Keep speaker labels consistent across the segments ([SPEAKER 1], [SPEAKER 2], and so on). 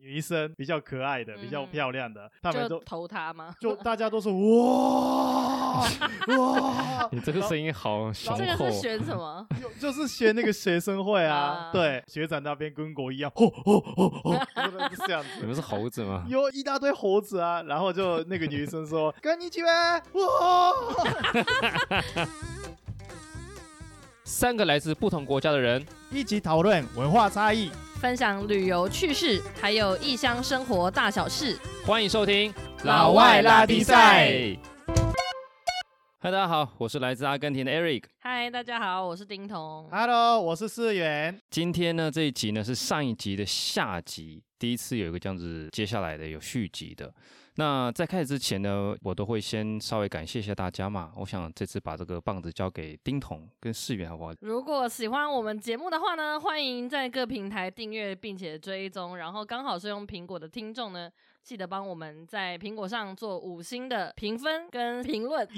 [SPEAKER 1] 女生比较可爱的、比较
[SPEAKER 2] 嗯
[SPEAKER 1] 漂亮的，他们
[SPEAKER 2] 就
[SPEAKER 1] 都
[SPEAKER 2] 投他吗？
[SPEAKER 1] 就大家都是哇 哇，
[SPEAKER 3] 你这个声音好雄
[SPEAKER 2] 这个
[SPEAKER 3] 厚哦
[SPEAKER 2] 是，选什么？
[SPEAKER 1] 就就是学那个学生会啊，
[SPEAKER 2] 啊
[SPEAKER 1] 对，学长那边跟国一样，吼吼吼吼，就是这样子
[SPEAKER 3] 你。们是猴子吗？
[SPEAKER 1] 有一大堆猴子啊，然后就那个女生 说：“跟你一起呗！”哇，
[SPEAKER 3] 三个来自不同国家的人，
[SPEAKER 1] 一起讨论文化差异。
[SPEAKER 2] 分享旅游趣事，还有异乡生活大小事。
[SPEAKER 3] 欢迎收听
[SPEAKER 2] 老外拉
[SPEAKER 1] 力赛。
[SPEAKER 3] 嗨，大家好，我是来自阿根廷的 Eric。
[SPEAKER 2] 嗨，大家好，我是丁彤。
[SPEAKER 1] Hello，我是思源。
[SPEAKER 3] 今天呢，这一集呢是上一集的下集，第一次有一个这样子接下来的有续集的。那在开始之前呢，我都会先稍微感谢一下大家嘛。我想这次把这个棒子交给丁彤跟世元，好不好？
[SPEAKER 2] 如果喜欢我们节目的话呢，欢迎在各平台订阅并且追踪。然后刚好是用苹果的听众呢，记得帮我们在苹果上做五星的评分跟评论。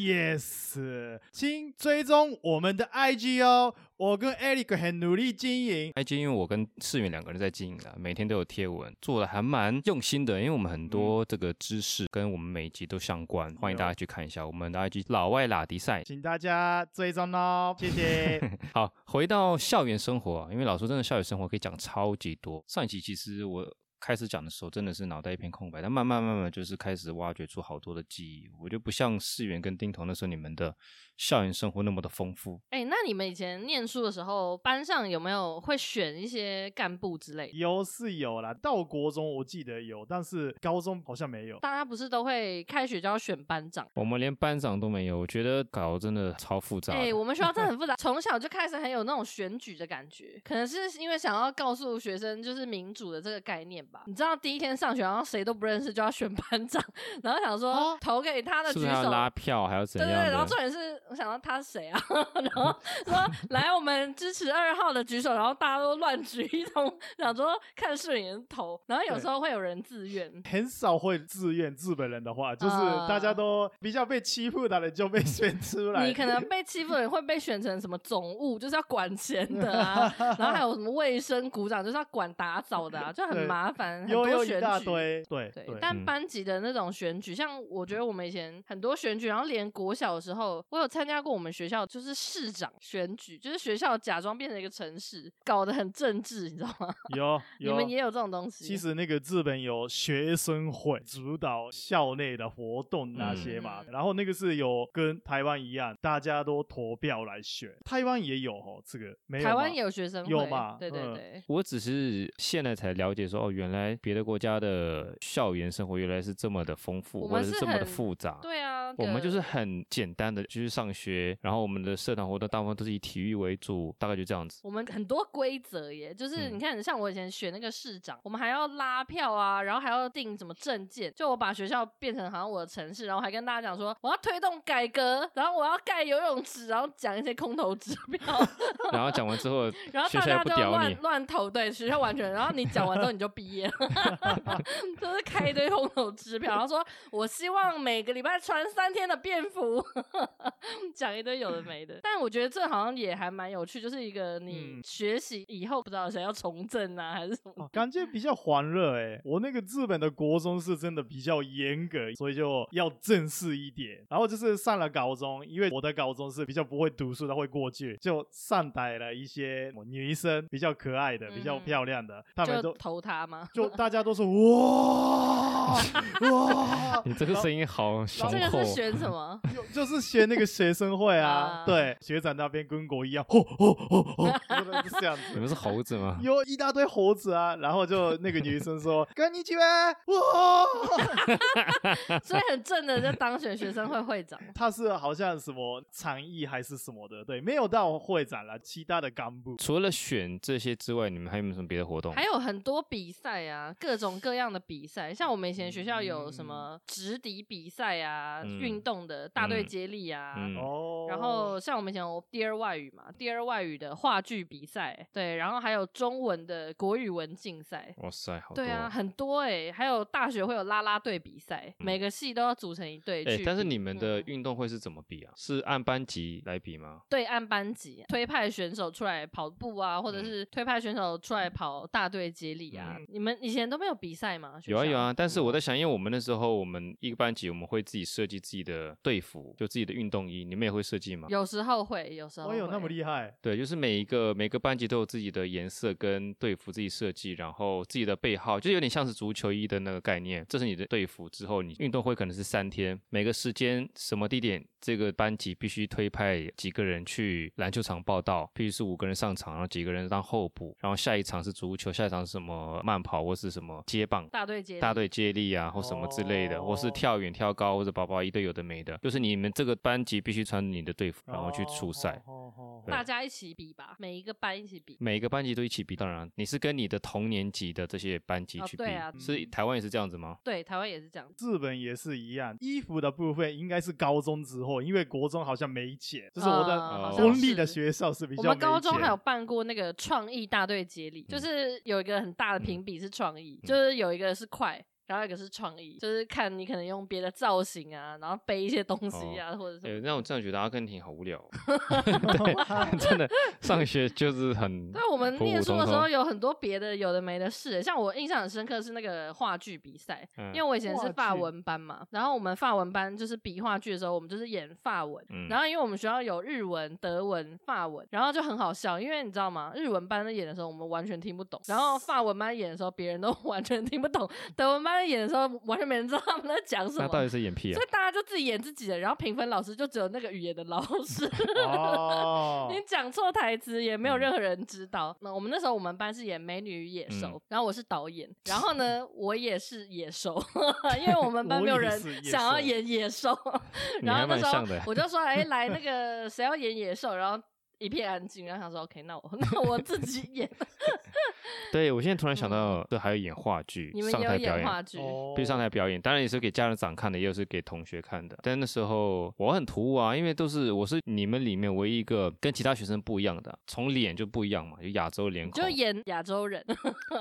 [SPEAKER 1] Yes，请追踪我们的 IG 哦。我跟 Eric 很努力经营，
[SPEAKER 3] IG，因为我跟世远两个人在经营啦，每天都有贴文，做的还蛮用心的。因为我们很多这个知识跟我们每一集都相关，欢迎大家去看一下我们的 IG 老外拉迪赛。
[SPEAKER 1] 请大家追踪哦，谢谢。
[SPEAKER 3] 好，回到校园生活啊，因为老实说真的，校园生活可以讲超级多。上一集其实我开始讲的时候，真的是脑袋一片空白，但慢慢慢慢就是开始挖掘出好多的记忆。我就不像世元跟丁彤那时候你们的校园生活那么的丰富，
[SPEAKER 2] 哎、那你们以前念书的时候，班上有没有会选一些干部之类的？
[SPEAKER 1] 有是有啦，到国中我记得有，但是高中好像没有。
[SPEAKER 2] 大家不是都会开学就要选班长？
[SPEAKER 3] 我们连班长都没有，我觉得搞得真的超复杂的。
[SPEAKER 2] 哎、我们学校真的很复 杂，从小就开始很有那种选举的感觉，可能是因为想要告诉学生就是民主的这个概念吧。你知道第一天上学，然后谁都不认识就要选班长，然后想说、
[SPEAKER 1] 哦
[SPEAKER 2] 投给他的
[SPEAKER 3] 是
[SPEAKER 2] 举
[SPEAKER 3] 不是还要
[SPEAKER 2] 手。
[SPEAKER 3] 拉票，还要怎
[SPEAKER 2] 对
[SPEAKER 3] 样
[SPEAKER 2] 对
[SPEAKER 3] 的？
[SPEAKER 2] 对，然后重点是，我想到他是谁啊？ 然后 说来我们支持二号的举手，然后大家都乱举一通，想说看顺眼投，然后有
[SPEAKER 1] 对
[SPEAKER 2] 时候会有人自愿，
[SPEAKER 1] 很少会自愿，日本人的话就是
[SPEAKER 2] 啊
[SPEAKER 1] 大家都比较被欺负的人就被 选出来。
[SPEAKER 2] 你可能被欺负的人会被选成什么总务，就是要管钱 的啊，然后还有什么卫生股长，就是要管打扫的啊，就很麻烦，很
[SPEAKER 1] 有
[SPEAKER 2] 多
[SPEAKER 1] 有
[SPEAKER 2] 选
[SPEAKER 1] 一大
[SPEAKER 2] 举。
[SPEAKER 1] 堆，对
[SPEAKER 2] 对，
[SPEAKER 3] 嗯
[SPEAKER 2] 但班级的那种选举，像我觉得我们以前很多选举，然后连国小的时候，我有参加过我们学校就是市长选举，就是学校假装变成一个城市，搞得很政治，你知道吗？
[SPEAKER 1] 有
[SPEAKER 2] 你
[SPEAKER 1] 有。
[SPEAKER 2] 们也有这种东西？
[SPEAKER 1] 其实那个日本有学生会主导校内的活动那些嘛，
[SPEAKER 2] 嗯
[SPEAKER 1] 然后那个是有跟台湾一样，大家都投票来选。台湾也有哦，这个没有吗。
[SPEAKER 2] 台湾也有学生会，
[SPEAKER 1] 有嘛
[SPEAKER 2] 对对
[SPEAKER 1] 嗯
[SPEAKER 2] 对，
[SPEAKER 3] 我只是现在才了解说，哦，原来别的国家的校园生活原来是这么的丰富，
[SPEAKER 2] 我
[SPEAKER 3] 或
[SPEAKER 2] 们
[SPEAKER 3] 者
[SPEAKER 2] 是
[SPEAKER 3] 这么的
[SPEAKER 2] 很
[SPEAKER 3] 复杂。
[SPEAKER 2] 对啊，
[SPEAKER 3] 我们就是
[SPEAKER 2] 对
[SPEAKER 3] 很简单的去上学，然后我们的社团活动大部分都是以体育为主，大概就这样 子。
[SPEAKER 2] 我们很多规则耶，就是
[SPEAKER 3] 嗯
[SPEAKER 2] 你看，像我以前选那个市长，我们还要拉票啊，然后还要定什么证件，就我把学校变成好像我的城市，然后还跟大家讲说我要推动改革，然后我要盖游泳池，然后讲一些空头支票，
[SPEAKER 3] 然后讲完之后，
[SPEAKER 2] 然后
[SPEAKER 3] 学
[SPEAKER 2] 大
[SPEAKER 3] 校又
[SPEAKER 2] 家
[SPEAKER 3] 不
[SPEAKER 2] 都
[SPEAKER 3] 屌
[SPEAKER 2] 乱
[SPEAKER 3] 你，
[SPEAKER 2] 乱投，对，学校完全，然后你讲完之后你就毕业了， 就是开一堆空头支票，然后说我希望每个礼拜穿三天的便服， 讲一堆有的没的。但我觉得这好像也还蛮有趣，就是一个你
[SPEAKER 1] 嗯
[SPEAKER 2] 学习以后不知道想要从政啊还是什么。
[SPEAKER 1] 哦感觉比较欢乐诶，我那个日本的国中是真的比较严格，所以就要正式一点。然后就是上了高中，因为我的高中是比较不会读书的，会过去就上逮了一些女生，比较可爱的、比较
[SPEAKER 2] 嗯
[SPEAKER 1] 漂亮的，她们
[SPEAKER 2] 就
[SPEAKER 1] 都
[SPEAKER 2] 投他吗？
[SPEAKER 1] 就大家都是哇哇，
[SPEAKER 3] 你这个声音好雄
[SPEAKER 2] 这个
[SPEAKER 3] 厚
[SPEAKER 2] 是。选什 么？
[SPEAKER 1] 就就是学那个学生会啊，
[SPEAKER 2] 啊
[SPEAKER 1] 对，学长那边跟国一样，吼吼吼吼，就是这样
[SPEAKER 3] 你
[SPEAKER 1] 子。
[SPEAKER 3] 们是猴子吗？
[SPEAKER 1] 有一大堆猴子啊，然后就那个女生 说：“跟你一起呗！”哇，
[SPEAKER 2] 所以很正的就当选学生会会长。
[SPEAKER 1] 她是好像什么长艺还是什么的，对，没有到会长啦，其他的干部。
[SPEAKER 3] 除了选哦这些之外，你们还有没有什么别的活动？
[SPEAKER 2] 还有很多比赛啊，各种各样的比赛。像我们以前学校有什么直笛比赛啊、
[SPEAKER 3] 嗯
[SPEAKER 2] 运动的大队
[SPEAKER 3] 嗯
[SPEAKER 2] 接力啊，
[SPEAKER 3] 嗯
[SPEAKER 1] 哦，
[SPEAKER 2] 然后像我们以前有第二外语嘛，第二外语的话剧比赛，对，然后还有中文的国语文竞赛。
[SPEAKER 3] 哇塞，好多
[SPEAKER 2] 对啊，
[SPEAKER 3] 哦。
[SPEAKER 2] 很多哎、还有大学会有啦啦队比赛，每个系都要组成一队去
[SPEAKER 3] 哎、
[SPEAKER 2] 比。
[SPEAKER 3] 但是你们的
[SPEAKER 2] 嗯
[SPEAKER 3] 运动会是怎么比啊？是按班级来比吗？
[SPEAKER 2] 对按班级推派选手出来跑步啊，或者
[SPEAKER 3] 嗯
[SPEAKER 2] 是推派选手出来跑大队接力啊，你们以前都没有比赛吗？学
[SPEAKER 3] 有啊
[SPEAKER 2] 校嗯
[SPEAKER 3] 有啊，但是我在想，因为我们那时候我们一个班级我们会自己设计自己的队服，就自己的运动衣，你们也会设计吗？
[SPEAKER 2] 有时候会，有时候
[SPEAKER 1] 我有哎那么
[SPEAKER 2] 害，
[SPEAKER 1] 厉害，
[SPEAKER 3] 对，就是每一个每个班级都有自己的颜色跟队服自己设计，然后自己的背号，就有点像是足球衣的那个概念。这是你的队服之后，你运动会可能是三天，每个时间什么地点，这个班级必须推派几个人去篮球场报道，必须是五个人上场，然后几个人当候补，然后下一场是足球，下一场是什么慢跑或是什么接棒。
[SPEAKER 2] 大队接力
[SPEAKER 3] 大队接力啊，或什么之类的，或是
[SPEAKER 1] 哦
[SPEAKER 3] 跳远、跳高，或者宝宝一队有的没的，就是你们这个班级必须穿你的队服，然后去出赛。
[SPEAKER 1] 哦哦哦
[SPEAKER 2] 大家一起比吧，每一个班一起比。
[SPEAKER 3] 每个班级都一起比，当然你是跟你的同年级的这些班级
[SPEAKER 2] 哦
[SPEAKER 3] 去比，
[SPEAKER 2] 对啊
[SPEAKER 3] 是台湾也是这样子吗？
[SPEAKER 2] 对，台湾也是这样。
[SPEAKER 1] 日本也是一样，衣服的部分应该是高中之后，因为国中好像没钱，就是我的
[SPEAKER 2] 呃
[SPEAKER 3] 哦
[SPEAKER 2] 好像
[SPEAKER 1] 公立的
[SPEAKER 2] 是
[SPEAKER 1] 学校是比
[SPEAKER 2] 我
[SPEAKER 1] 较没
[SPEAKER 2] 们
[SPEAKER 1] 钱。
[SPEAKER 2] 高中还有办过那个创意大队接力，
[SPEAKER 3] 嗯
[SPEAKER 2] 就是有一个很大的评比是创意，就是有一个是快。然后一个是创意，就是看你可能用别的造型啊，然后背一些东西啊，或者
[SPEAKER 3] 哎、
[SPEAKER 2] 什么。
[SPEAKER 3] 让我真的觉得阿根廷好 无聊哦、对，真的上学就 是很
[SPEAKER 2] 对，我们
[SPEAKER 3] 普
[SPEAKER 2] 念
[SPEAKER 3] 普
[SPEAKER 2] 书
[SPEAKER 3] 通
[SPEAKER 2] 的时候
[SPEAKER 3] 通，
[SPEAKER 2] 有很多别的有的没的事，像我印象很深刻是那个话剧比赛，
[SPEAKER 3] 嗯
[SPEAKER 2] 因为我以前
[SPEAKER 1] 话
[SPEAKER 2] 是法
[SPEAKER 1] 剧
[SPEAKER 2] 文班嘛，然后我们法文班就是比话剧的时候，我们就是演法文，
[SPEAKER 3] 嗯
[SPEAKER 2] 然后因为我们学校有日文、德文、法文，然后就很好笑，因为你知道吗？日文班在演的时候我们完全听不懂，然后法文班演的时候别人都 完全听不懂，德文班演的时候完全没人知道他们在讲什
[SPEAKER 3] 那到
[SPEAKER 2] 么
[SPEAKER 3] 底。 是演屁啊
[SPEAKER 2] 所以？大家就自己演自己的，然后评分老师就只有那个语言的老师，
[SPEAKER 1] 哦
[SPEAKER 2] 你讲错台词也没有
[SPEAKER 3] 嗯
[SPEAKER 2] 任何人知道。那我们那时候我们班是演《美女与野兽》
[SPEAKER 3] 嗯
[SPEAKER 2] 然后我是导演，然后 呢我也是野兽， 因为我们班
[SPEAKER 1] 我
[SPEAKER 2] 没有
[SPEAKER 1] 也
[SPEAKER 2] 人
[SPEAKER 1] 是野
[SPEAKER 2] 想要
[SPEAKER 1] 兽
[SPEAKER 2] 演野兽，
[SPEAKER 3] 你
[SPEAKER 2] 然
[SPEAKER 3] 还
[SPEAKER 2] 后那
[SPEAKER 3] 蛮
[SPEAKER 2] 时
[SPEAKER 3] 像的
[SPEAKER 2] 候我就说，哎、 来那个谁要演野兽，然后。一片安静，然后想说 OK，那我 那我自己演。
[SPEAKER 3] 对，我现在突然想到，这还有演话剧
[SPEAKER 2] 嗯你，们
[SPEAKER 3] 上
[SPEAKER 2] 也有
[SPEAKER 3] 台表
[SPEAKER 2] 演
[SPEAKER 3] 演。
[SPEAKER 2] 话剧，
[SPEAKER 1] 哦
[SPEAKER 3] 必须上台表演，当然也是给家长看的，也有是给同学看的。但那时候我很突兀啊，因为都是我是你们里面唯一一个跟其他学生不一样的，啊从脸就不一样嘛，有亚洲脸
[SPEAKER 2] 你
[SPEAKER 3] 孔
[SPEAKER 2] 就。演亚洲人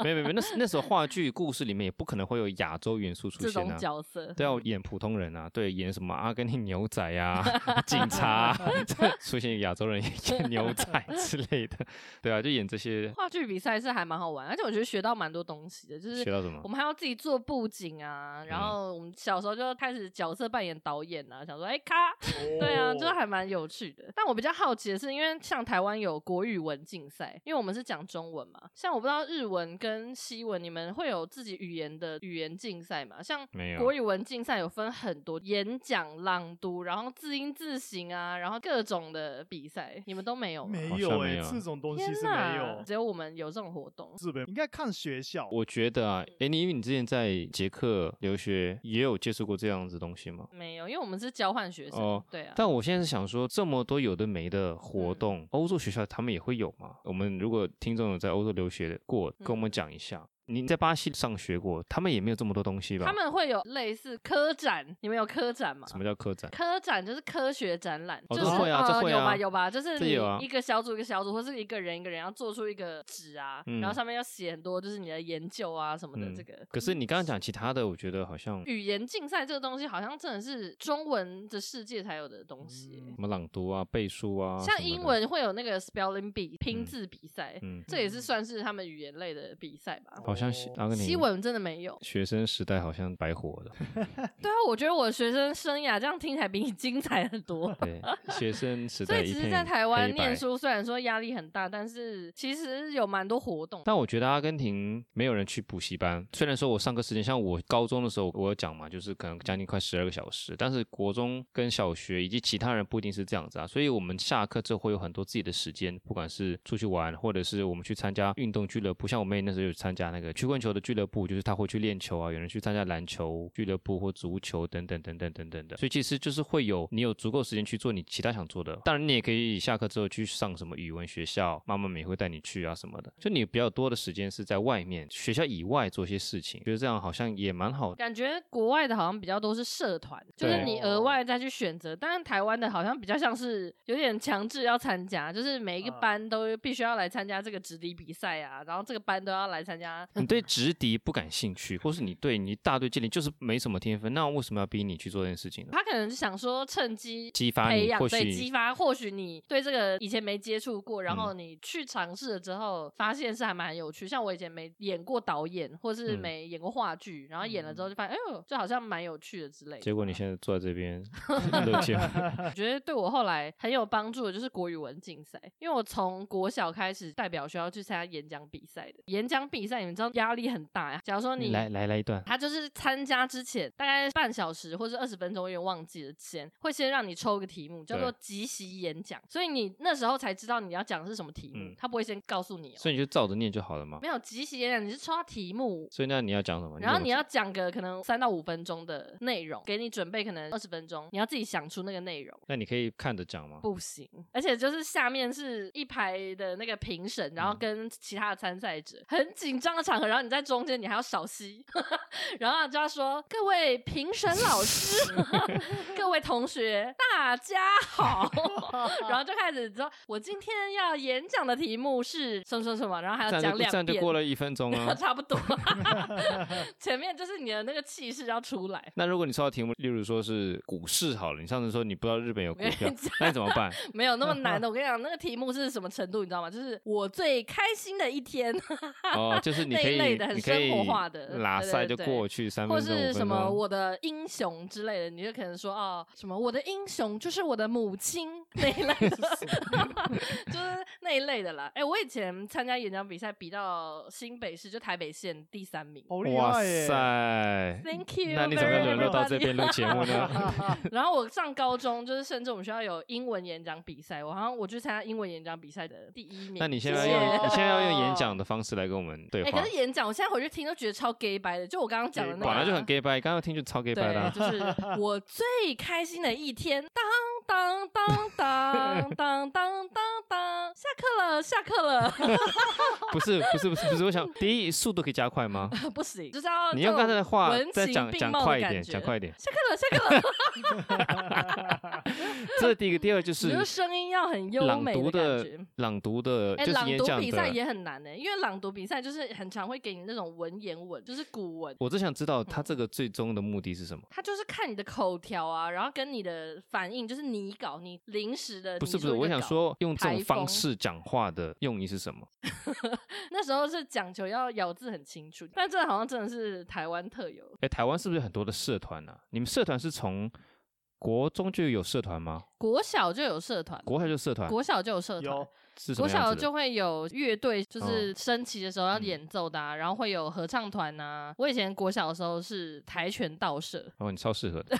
[SPEAKER 3] 没有没有，没有那时那时候话剧故事里面也不可能会有亚洲元素出
[SPEAKER 2] 这
[SPEAKER 3] 现
[SPEAKER 2] 种
[SPEAKER 3] 啊。
[SPEAKER 2] 角色。
[SPEAKER 3] 对啊，我演普通人啊，对，演什么阿根廷牛仔 呀、啊、警察啊、这出现亚洲人演牛仔之类的，对啊，就演这些，
[SPEAKER 2] 话剧比赛是还蛮好玩，而且我觉得学到蛮多东西的，就是
[SPEAKER 3] 学到什么
[SPEAKER 2] 我？们还要自己做布景啊，然
[SPEAKER 3] 嗯
[SPEAKER 2] 后我们小时候就开始角色扮演导演啊，想说哎咔，
[SPEAKER 1] 哦
[SPEAKER 2] 对啊，就是还蛮有趣的。但我比较好奇的是，因为像台湾有国语文竞赛，因为我们是讲中文嘛，像我不知道日文跟西文，你们会有自己语言的语言竞赛吗？像
[SPEAKER 3] 没有
[SPEAKER 2] 国语文竞赛有分很多演讲、朗读，然后字音字形啊，然后各种的比赛，你们都没有吗？
[SPEAKER 1] 没
[SPEAKER 3] 好
[SPEAKER 1] 有
[SPEAKER 3] 像
[SPEAKER 1] 哎、
[SPEAKER 3] 没有啊
[SPEAKER 1] 这种东西
[SPEAKER 2] 天
[SPEAKER 1] 是
[SPEAKER 2] 哪
[SPEAKER 1] 没有。
[SPEAKER 2] 只有我们有这种活动。
[SPEAKER 1] 日本应该看学校，
[SPEAKER 3] 我觉得啊，诶，你因为你之前在捷克留学，也有接触过这样子的东西吗？
[SPEAKER 2] 没有，因为我们是交换学生，
[SPEAKER 3] 哦
[SPEAKER 2] 对啊。
[SPEAKER 3] 但我现在是想说，这么多有的没的
[SPEAKER 2] 嗯
[SPEAKER 3] 活动，欧洲学校他们也会有吗？我们如果听众有在欧洲留学过，跟我
[SPEAKER 2] 嗯
[SPEAKER 3] 们讲一下。你在巴西上学过，他们也没有这么多东西吧？
[SPEAKER 2] 他们会有类似科展，你们有科展吗？
[SPEAKER 3] 什么叫科展？
[SPEAKER 2] 科展就是科学展览，
[SPEAKER 3] 哦
[SPEAKER 2] 就
[SPEAKER 3] 这
[SPEAKER 2] 是
[SPEAKER 3] 会啊这
[SPEAKER 2] 呃
[SPEAKER 3] 会
[SPEAKER 2] 有
[SPEAKER 3] 啊
[SPEAKER 2] 吧有吧，就是
[SPEAKER 3] 这
[SPEAKER 2] 你
[SPEAKER 3] 有啊
[SPEAKER 2] 一个小组一个小组，或是一个人一个人要做出一个纸啊，
[SPEAKER 3] 嗯
[SPEAKER 2] 然后上面要写很多就是你的研究啊什么的。
[SPEAKER 3] 嗯
[SPEAKER 2] 这个
[SPEAKER 3] 可是你刚刚讲其他的，我觉得好像
[SPEAKER 2] 语言竞赛这个东西，好像真的是中文的世界才有的东西。
[SPEAKER 1] 嗯
[SPEAKER 3] 什么朗读啊、背书啊，
[SPEAKER 2] 像
[SPEAKER 3] 什么的
[SPEAKER 2] 英，文会有那个 spelling bee 拼
[SPEAKER 3] 嗯
[SPEAKER 2] 字比赛，
[SPEAKER 3] 嗯，
[SPEAKER 2] 这也是算是他们语言类的比赛吧。
[SPEAKER 3] 好像是阿根
[SPEAKER 2] 哦西
[SPEAKER 3] 廷
[SPEAKER 2] 文真的没有，
[SPEAKER 3] 学生时代好像白活了。
[SPEAKER 2] 对啊，我觉得我学生生涯这样听起来比你 精彩很多。
[SPEAKER 3] 对，学生时
[SPEAKER 2] 所
[SPEAKER 3] 代
[SPEAKER 2] 以
[SPEAKER 3] 一
[SPEAKER 2] 其
[SPEAKER 3] 片
[SPEAKER 2] 实，在台湾
[SPEAKER 3] 黑白
[SPEAKER 2] 念。书虽然说压力很大，但是其实有蛮多活动。
[SPEAKER 3] 但我觉得阿根廷没有人去补习班，虽然说我上课时间，像我高中的时候，我有讲嘛，就是可能将近快十二个小时，但是国中跟小学以及其他人不一定是这样子啊，所以我们下课之后会有很多自己的时间，不管是出去玩，或者是我们去参加运动俱乐部，像我妹那时候有参加那个个曲棍球的俱乐部，就是他会去练球啊，有人去参加篮球俱乐部或足球等等等等等等的，所以其实就是会有你有足够时间去做你其他想做的。当然，你也可以下课之后去上什么语文学校，妈妈们也会带你去啊什么的。就你比较多的时间是在外面学校以外做些事情，觉得这样好像也蛮好 的。
[SPEAKER 2] 感觉国外的好像比较都是社团，就是
[SPEAKER 3] 对
[SPEAKER 2] 你额外再去选择，但是台湾的好像比较像是有点强制要参加，就是每一个
[SPEAKER 1] 啊
[SPEAKER 2] 班都必须要来参加这个直笛比赛啊，然后这个班都要来参加。
[SPEAKER 3] 你对直敌不感兴趣，或是你对你大队接力就是没什么天分，那为什么要逼你去做这件事情呢？
[SPEAKER 2] 他可能就想说趁机
[SPEAKER 3] 激发
[SPEAKER 2] 培
[SPEAKER 3] 你，
[SPEAKER 2] 养，
[SPEAKER 3] 或
[SPEAKER 2] 对，激
[SPEAKER 3] 许
[SPEAKER 2] 发或许你对这个以前没接触过，然
[SPEAKER 3] 嗯
[SPEAKER 2] 后你去尝试了之后，发现是还蛮有趣。像我以前没演过导演，或是
[SPEAKER 3] 嗯
[SPEAKER 2] 没演过话剧，然后演了之后就发现，哎呦，这好像蛮有趣的之类的。
[SPEAKER 3] 结果你现在坐在 这边 乐见。
[SPEAKER 2] 我觉得对我后来很有帮助的就是国语文竞赛，因为我从国小开始代表学校去参加演讲比赛的。演讲比赛你们知道压力很大呀，假如说你
[SPEAKER 3] 来来来 一段，
[SPEAKER 2] 他就是参加之前大概半小时或者二十分钟，我有点忘记了，前会先让你抽个题目，叫做
[SPEAKER 3] 对
[SPEAKER 2] 即席演讲，所以你那时候才知道你要讲的是什么题目，
[SPEAKER 3] 嗯
[SPEAKER 2] 他不会先告诉你哦。
[SPEAKER 3] 所以你就照着念就好了嘛。
[SPEAKER 2] 没有即席演讲，你是抽到题目，
[SPEAKER 3] 所以那你要讲什么？
[SPEAKER 2] 然后
[SPEAKER 3] 怎么
[SPEAKER 2] 你要讲个可能三到五分钟的内容，给你准备可能二十分钟，你要自己想出那个内容。
[SPEAKER 3] 那你可以看着讲吗？
[SPEAKER 2] 不行，而且就是下面是一排的那个评审，然后
[SPEAKER 3] 嗯
[SPEAKER 2] 跟其他的参赛者，很紧张的场合，然后你在中间，你还要少吸， 然后就要说各位评审老师、 各位同学，大家 好，然后就开始说，我今天要演讲的题目是什么什么什么，然后还要
[SPEAKER 3] 站
[SPEAKER 2] 讲
[SPEAKER 3] 着
[SPEAKER 2] 两
[SPEAKER 3] 站着
[SPEAKER 2] 遍，
[SPEAKER 3] 过了一分钟 啊。
[SPEAKER 2] 差不多，前面就是你的那个气势要出来，
[SPEAKER 3] 那如果你抽到题目，例如说是股市好了，你上次说你不知道日本有
[SPEAKER 2] 我
[SPEAKER 3] 股
[SPEAKER 2] 跟
[SPEAKER 3] 票
[SPEAKER 2] 你讲，
[SPEAKER 3] 那你怎么办？
[SPEAKER 2] 没有那么难的。我跟你讲，那个题目是什么程度，你知道吗？就是我最开心的一天，
[SPEAKER 3] 哦，就是你
[SPEAKER 2] 那一
[SPEAKER 3] 可以
[SPEAKER 2] 类的很
[SPEAKER 3] 你可以
[SPEAKER 2] 生活化的
[SPEAKER 3] 拉
[SPEAKER 2] 对对
[SPEAKER 3] 塞就
[SPEAKER 2] 对
[SPEAKER 3] 过去三
[SPEAKER 2] 或
[SPEAKER 3] 分钟五
[SPEAKER 2] 是
[SPEAKER 3] 分
[SPEAKER 2] 什么
[SPEAKER 3] 钟。
[SPEAKER 2] 我的英雄之类的，你就可能说哦，什么我的英雄就是我的母 亲那一类的， 就是那一类的啦。哎、我以前参加演讲比赛，比到新北市就台北县第三名。
[SPEAKER 1] 好厉
[SPEAKER 3] 哇
[SPEAKER 1] 害耶！
[SPEAKER 3] 塞！
[SPEAKER 2] Thank you，
[SPEAKER 3] 哦那你怎么
[SPEAKER 2] very
[SPEAKER 3] 能够到这
[SPEAKER 2] everybody
[SPEAKER 3] 边录节目 呢？
[SPEAKER 2] 然后我上高中，就是甚至我们学校有英文演讲比赛，我好像我去参加英文演讲比赛的第一名。
[SPEAKER 3] 那你现在
[SPEAKER 2] 谢
[SPEAKER 3] 要
[SPEAKER 2] 谢
[SPEAKER 3] 用你现在要用演讲的方式来跟我们对
[SPEAKER 2] 哎、
[SPEAKER 3] 话
[SPEAKER 2] 可是，演讲，我现在回去听都觉得超 gay 白的，就我刚刚讲的那个、
[SPEAKER 3] 本来就很 gay 拜，刚刚听就超 gay 拜
[SPEAKER 2] 对，
[SPEAKER 3] 的啊。
[SPEAKER 2] 就是我最开心的一天，当当当当当当当当，下课了，下课了，
[SPEAKER 3] 不是不是不是不是，我想第一速度可以加快吗？
[SPEAKER 2] 不行，就是要
[SPEAKER 3] 你用
[SPEAKER 2] 这
[SPEAKER 3] 刚
[SPEAKER 2] 种
[SPEAKER 3] 才的话
[SPEAKER 2] 文
[SPEAKER 3] 再
[SPEAKER 2] 情
[SPEAKER 3] 讲
[SPEAKER 2] 并
[SPEAKER 3] 讲
[SPEAKER 2] 茂的
[SPEAKER 3] 快一
[SPEAKER 2] 感
[SPEAKER 3] 点，讲
[SPEAKER 2] 觉
[SPEAKER 3] 快一点。
[SPEAKER 2] 下课了，下课 了，
[SPEAKER 3] 这是第一个，第二 就
[SPEAKER 2] 你
[SPEAKER 3] 是
[SPEAKER 2] 的声音要很优
[SPEAKER 3] 朗
[SPEAKER 2] 美
[SPEAKER 3] 读
[SPEAKER 2] 感
[SPEAKER 3] 的
[SPEAKER 2] 觉。
[SPEAKER 3] 朗读的，
[SPEAKER 2] 哎、
[SPEAKER 3] 就是
[SPEAKER 2] 朗
[SPEAKER 3] 演
[SPEAKER 2] 读
[SPEAKER 3] 讲
[SPEAKER 2] 比赛
[SPEAKER 3] 的。
[SPEAKER 2] 也很难呢、因为朗读比赛就是很常会给你那种文言文，就是古文，
[SPEAKER 3] 我只想知道他
[SPEAKER 2] 嗯
[SPEAKER 3] 这个最终的目的是什么？
[SPEAKER 2] 他就是看你的口条啊，然后跟你的反应，就是你稿，你临时的。
[SPEAKER 3] 不是
[SPEAKER 2] 拟
[SPEAKER 3] 不是，
[SPEAKER 2] 出一
[SPEAKER 3] 我
[SPEAKER 2] 个
[SPEAKER 3] 想
[SPEAKER 2] 稿，
[SPEAKER 3] 说用这
[SPEAKER 2] 台
[SPEAKER 3] 种方
[SPEAKER 2] 风
[SPEAKER 3] 式讲话的用意是什么？
[SPEAKER 2] 那时候是讲求要咬字很清楚，但这好像真的是台湾特有。
[SPEAKER 3] 哎，台湾是不是有很多的社团呢、啊？你们社团是从国中就有社团吗？
[SPEAKER 2] 国小就有社团，
[SPEAKER 3] 国小就社团
[SPEAKER 2] 国小就有社团
[SPEAKER 1] 有，
[SPEAKER 3] 是什
[SPEAKER 2] 国
[SPEAKER 3] 么样
[SPEAKER 2] 小
[SPEAKER 3] 子的？
[SPEAKER 2] 就会有乐队，就是
[SPEAKER 3] 哦
[SPEAKER 2] 升旗的时候要
[SPEAKER 3] 嗯
[SPEAKER 2] 演奏的、啊，然后会有合唱团呐、我以前国小的时候是跆拳道社，
[SPEAKER 3] 哦，你超适合 的。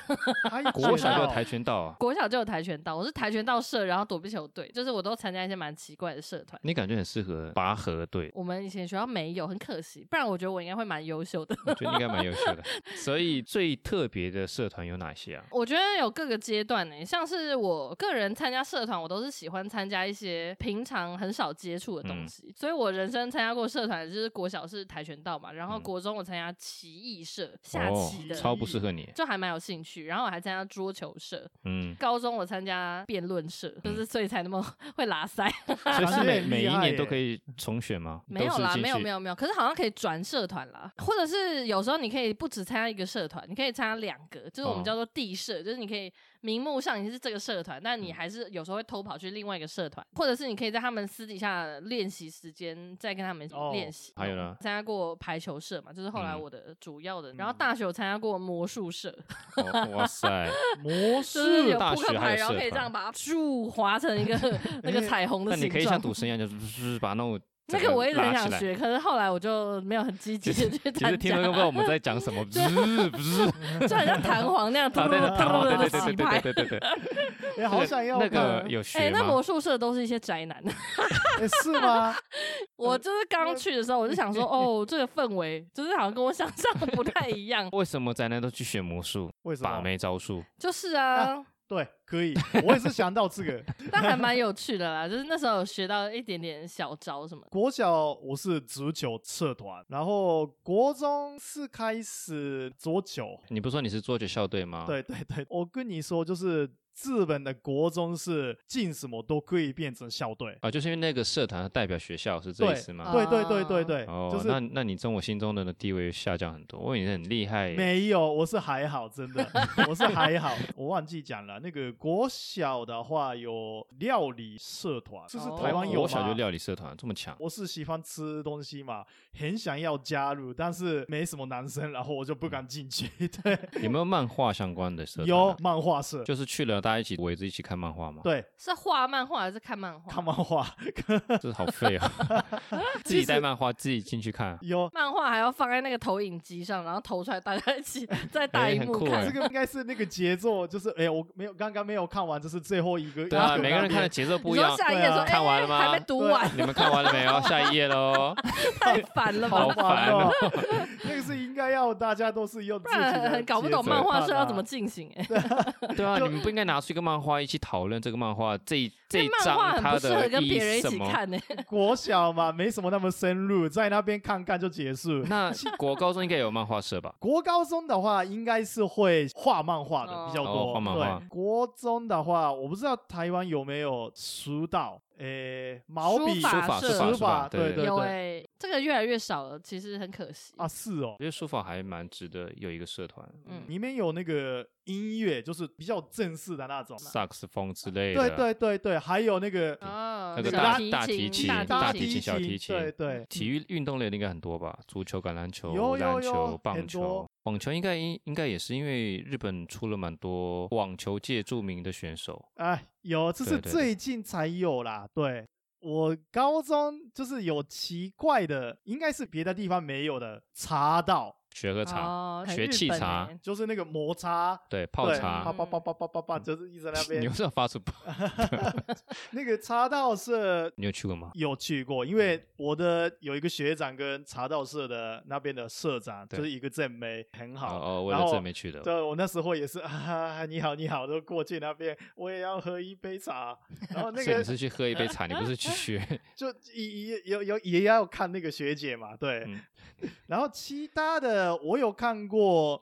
[SPEAKER 1] 太久
[SPEAKER 3] 国小就
[SPEAKER 1] 了
[SPEAKER 3] 有跆拳道啊，
[SPEAKER 2] 国小就有跆拳道，我是跆拳道社，然后躲避球队，就是我都参加一些蛮奇怪的社团。
[SPEAKER 3] 你感觉很适合拔河队，
[SPEAKER 2] 我们以前学校没有，很可惜，不然我觉得我应该会蛮优秀的。
[SPEAKER 3] 我觉得应该蛮优秀 的。所以最特别的社团有哪些啊？
[SPEAKER 2] 我觉得有各个阶段呢、欸像是我个人参加社团，我都是喜欢参加一些平常很少接触的东
[SPEAKER 3] 嗯
[SPEAKER 2] 西，所以我人生参加过社团就是国小是跆拳道嘛，然后
[SPEAKER 3] 嗯
[SPEAKER 2] 国中我参加棋艺社，下
[SPEAKER 3] 哦
[SPEAKER 2] 棋的。
[SPEAKER 3] 超不适合你。
[SPEAKER 2] 就还蛮有兴趣，然后我还参加桌球社，
[SPEAKER 3] 嗯，
[SPEAKER 2] 高中我参加辩论社，就是所以才那么 会拉塞。
[SPEAKER 3] 所以是
[SPEAKER 1] 感觉
[SPEAKER 3] 每
[SPEAKER 1] 很
[SPEAKER 3] 每
[SPEAKER 1] 厉
[SPEAKER 3] 一
[SPEAKER 1] 害
[SPEAKER 3] 年都
[SPEAKER 1] 耶
[SPEAKER 3] 可以重选吗？
[SPEAKER 2] 没有啦，没有没
[SPEAKER 3] 有。
[SPEAKER 2] 有没有，可是好像可以转社团啦，或者是有时候你可以不只参加一个社团，你可以参加两个，就是我们
[SPEAKER 3] 哦
[SPEAKER 2] 叫做地社，就是你可以名目上你是这个社团，但
[SPEAKER 3] 嗯
[SPEAKER 2] 你还是有时候会偷跑去另外一个社团，或者是你可以在他们私底下练习时间再跟他们
[SPEAKER 1] 哦
[SPEAKER 2] 练习。
[SPEAKER 3] 还有呢
[SPEAKER 2] 参加过排球社嘛，就是后来
[SPEAKER 3] 嗯
[SPEAKER 2] 我的主要的，然后
[SPEAKER 1] 嗯
[SPEAKER 2] 大学有参加过魔术 社，
[SPEAKER 3] 哦 哇塞，
[SPEAKER 1] 魔
[SPEAKER 2] 就
[SPEAKER 1] 术
[SPEAKER 2] 是有
[SPEAKER 3] 大
[SPEAKER 2] 扑克
[SPEAKER 3] 学
[SPEAKER 2] 牌，
[SPEAKER 3] 还有
[SPEAKER 2] 然后
[SPEAKER 3] 社
[SPEAKER 2] 可以这
[SPEAKER 3] 团
[SPEAKER 2] 样把它咻划成一个 那个彩虹的
[SPEAKER 3] 那
[SPEAKER 2] 形
[SPEAKER 3] 你
[SPEAKER 2] 状。
[SPEAKER 3] 可以像赌神一样，就是把那种
[SPEAKER 2] 那
[SPEAKER 3] 整
[SPEAKER 2] 个我一直很
[SPEAKER 3] 拉起
[SPEAKER 2] 想
[SPEAKER 3] 来
[SPEAKER 2] 学，可是后来我就没有很积极的去
[SPEAKER 3] 其实
[SPEAKER 2] 参
[SPEAKER 3] 听众
[SPEAKER 2] 加
[SPEAKER 3] 都不，知道我们在 讲什么，不是不是，
[SPEAKER 2] 就很像弹簧那样，突
[SPEAKER 3] 啊，
[SPEAKER 2] 突
[SPEAKER 3] 对
[SPEAKER 2] 突
[SPEAKER 3] 的，弹簧，对
[SPEAKER 2] 突突
[SPEAKER 3] 对对
[SPEAKER 2] 的
[SPEAKER 3] 对
[SPEAKER 2] 洗牌。
[SPEAKER 3] 对对 对对对，
[SPEAKER 1] 也、哎好想要
[SPEAKER 3] 那
[SPEAKER 1] 看
[SPEAKER 3] 个有
[SPEAKER 2] 哎
[SPEAKER 3] 学，
[SPEAKER 2] 那
[SPEAKER 3] 吗？。
[SPEAKER 2] 魔术社都是一些宅 男。
[SPEAKER 1] 哎是吗？
[SPEAKER 2] 我就是刚去的时候，我就想说，哦，这个氛围就是好像跟我想象的不太一样
[SPEAKER 3] 为什么宅男都去选魔术、
[SPEAKER 1] 为什
[SPEAKER 3] 把
[SPEAKER 1] 么？
[SPEAKER 3] 妹招数？
[SPEAKER 2] 就是啊，
[SPEAKER 1] 对，可以，我也是想到这个。
[SPEAKER 2] 但还蛮有趣的啦，就是那时候有学到一点点小招什么的。
[SPEAKER 1] 国小我是足球社团，然后国中是开始桌球。
[SPEAKER 3] 你不是说你是做球校队吗？，
[SPEAKER 1] 对对对，我跟你说，就是日本的国中是进什么都可以变成校队。
[SPEAKER 3] 啊，就是因为那个社团代表学校是这
[SPEAKER 1] 对
[SPEAKER 3] 意思吗？
[SPEAKER 1] 对对对对对，
[SPEAKER 3] 哦，
[SPEAKER 1] 就
[SPEAKER 3] 那
[SPEAKER 1] 是
[SPEAKER 3] 那你从我心中的地位下降很多，我以为你很厉害耶，
[SPEAKER 1] 没有，我是还好，真的，我是还 好。我忘记讲了，那个国小的话有料理社团，就是
[SPEAKER 2] 哦
[SPEAKER 1] 台湾有
[SPEAKER 3] 我小
[SPEAKER 1] 吗
[SPEAKER 3] 就料理社团这么强，
[SPEAKER 1] 我是喜欢吃东西嘛，很想要加入，但是没什么男生，然后我就不敢进去。对，
[SPEAKER 2] 嗯
[SPEAKER 3] 有没有漫画相关的社团
[SPEAKER 1] 有
[SPEAKER 3] 啊？
[SPEAKER 1] 漫画社，
[SPEAKER 3] 就是去了大家一起围着一起看漫画吗？
[SPEAKER 1] 对，
[SPEAKER 2] 是画漫画还是看漫画？
[SPEAKER 1] 看漫画
[SPEAKER 3] 这好 废 啊！自己带漫画，自己进去看，
[SPEAKER 1] 有。
[SPEAKER 2] 漫画还要放在那个投影机上，然后投出来，大家一起 在大
[SPEAKER 3] 哎
[SPEAKER 2] 荧
[SPEAKER 3] 很
[SPEAKER 2] 幕
[SPEAKER 3] 酷
[SPEAKER 2] 看
[SPEAKER 3] 哎
[SPEAKER 1] 这。个应该是那个节奏，就是哎、我没有刚刚没有看完，这是最后一个。
[SPEAKER 3] 对
[SPEAKER 1] 一
[SPEAKER 3] 啊，
[SPEAKER 1] 那
[SPEAKER 3] 每个人看
[SPEAKER 1] 边
[SPEAKER 3] 的节奏
[SPEAKER 2] 你
[SPEAKER 3] 不一
[SPEAKER 2] 说
[SPEAKER 3] 样。
[SPEAKER 2] 下一页
[SPEAKER 1] 对啊
[SPEAKER 2] 说，
[SPEAKER 3] 看完了
[SPEAKER 2] 哎，
[SPEAKER 3] 吗
[SPEAKER 2] 还没读
[SPEAKER 1] 对
[SPEAKER 2] 完，
[SPEAKER 3] 你们看完了没 有？下一页喽，
[SPEAKER 2] 太烦了
[SPEAKER 3] 啊好
[SPEAKER 2] 吧？
[SPEAKER 1] 烦
[SPEAKER 3] 烦
[SPEAKER 1] 哦
[SPEAKER 3] 哦。
[SPEAKER 1] 那个是应该要大家都是用自
[SPEAKER 2] 不
[SPEAKER 1] 己的
[SPEAKER 2] 然搞不
[SPEAKER 1] 节
[SPEAKER 2] 懂
[SPEAKER 1] 奏
[SPEAKER 2] 漫画
[SPEAKER 1] 看
[SPEAKER 2] 社要
[SPEAKER 1] 啊
[SPEAKER 2] 怎么进行哎。
[SPEAKER 3] 对啊，
[SPEAKER 1] 就
[SPEAKER 3] 你们不应该拿出一个漫画一起讨论这个漫画这一 这一
[SPEAKER 2] 那漫画
[SPEAKER 3] 章
[SPEAKER 2] 很
[SPEAKER 3] 它
[SPEAKER 2] 不适
[SPEAKER 3] 的
[SPEAKER 2] 合跟
[SPEAKER 3] 意义
[SPEAKER 2] 别人
[SPEAKER 3] 是
[SPEAKER 2] 一
[SPEAKER 3] 什
[SPEAKER 2] 起
[SPEAKER 3] 么？
[SPEAKER 2] 看呢。 欸
[SPEAKER 1] 国小嘛，没什么那么深入，在那边看看就结束。
[SPEAKER 3] 那国高中应该有漫画社吧？
[SPEAKER 1] 国高中的话，应该是会画漫画的比较
[SPEAKER 3] 哦
[SPEAKER 1] 多。
[SPEAKER 3] 画漫画
[SPEAKER 1] 对，国中的话，我不知道台湾有没有书道，诶，毛笔
[SPEAKER 2] 书
[SPEAKER 3] 书
[SPEAKER 2] 法
[SPEAKER 3] 法
[SPEAKER 2] 社
[SPEAKER 3] 书
[SPEAKER 1] 书
[SPEAKER 3] 法
[SPEAKER 1] 法
[SPEAKER 3] 对
[SPEAKER 1] 对
[SPEAKER 2] 有
[SPEAKER 3] 我
[SPEAKER 2] 哎、这个越来越少了，其实很可惜。
[SPEAKER 1] 啊，是哦，
[SPEAKER 3] 觉得书法还蛮值得有一个社团，
[SPEAKER 2] 嗯，
[SPEAKER 1] 里面有那个音乐，就是比较正式的那种。
[SPEAKER 3] 萨克斯风之类的。
[SPEAKER 1] 对对对对，还有那个
[SPEAKER 2] 哦
[SPEAKER 3] 那个
[SPEAKER 2] 小
[SPEAKER 3] 大
[SPEAKER 2] 提
[SPEAKER 3] 大
[SPEAKER 2] 琴
[SPEAKER 3] 提琴
[SPEAKER 2] 大
[SPEAKER 3] 大
[SPEAKER 2] 提
[SPEAKER 3] 提
[SPEAKER 1] 琴、
[SPEAKER 3] 琴小提琴
[SPEAKER 1] 对对，
[SPEAKER 3] 体育运动类的应该很多吧？足球、橄榄
[SPEAKER 1] 有
[SPEAKER 3] 球、
[SPEAKER 1] 有
[SPEAKER 3] 篮
[SPEAKER 1] 有
[SPEAKER 3] 球、棒
[SPEAKER 1] 很多
[SPEAKER 3] 球、网球应该应应该也是因为日本出了蛮多网球界著名的选手。
[SPEAKER 1] 哎，有，这是
[SPEAKER 3] 对对对
[SPEAKER 1] 最近才有啦。对我高中就是有奇怪的，应该是别的地方没有的茶道，
[SPEAKER 3] 学喝茶，
[SPEAKER 2] 哦，很
[SPEAKER 3] 学
[SPEAKER 2] 日
[SPEAKER 3] 气
[SPEAKER 2] 本
[SPEAKER 3] 茶
[SPEAKER 2] 欸
[SPEAKER 1] 就是那个磨茶。
[SPEAKER 3] 对泡
[SPEAKER 1] 对
[SPEAKER 3] 茶嗯
[SPEAKER 1] 啪，啪啪啪啪啪啪，就是一直在那
[SPEAKER 3] 你
[SPEAKER 1] 边
[SPEAKER 3] 为。什么发出？
[SPEAKER 1] 那个茶道社
[SPEAKER 3] 你有去 过吗？
[SPEAKER 1] 有去过，因为我的有一个学长跟茶道社的那边的社长
[SPEAKER 3] 对
[SPEAKER 1] 就是一个正妹，很
[SPEAKER 3] 哦
[SPEAKER 1] 好。
[SPEAKER 3] 哦，为
[SPEAKER 1] 然
[SPEAKER 3] 了
[SPEAKER 1] 后
[SPEAKER 3] 这没去的。
[SPEAKER 1] 对，我那时候也是啊，你好，你好，都过去那边，我也要喝一杯茶。然后那
[SPEAKER 3] 所
[SPEAKER 1] 个
[SPEAKER 3] 以你 是去喝一杯茶，你不是去 学
[SPEAKER 1] 就也也有有也要看那个学姐嘛，对。
[SPEAKER 3] 嗯
[SPEAKER 1] 然后其他的我有看过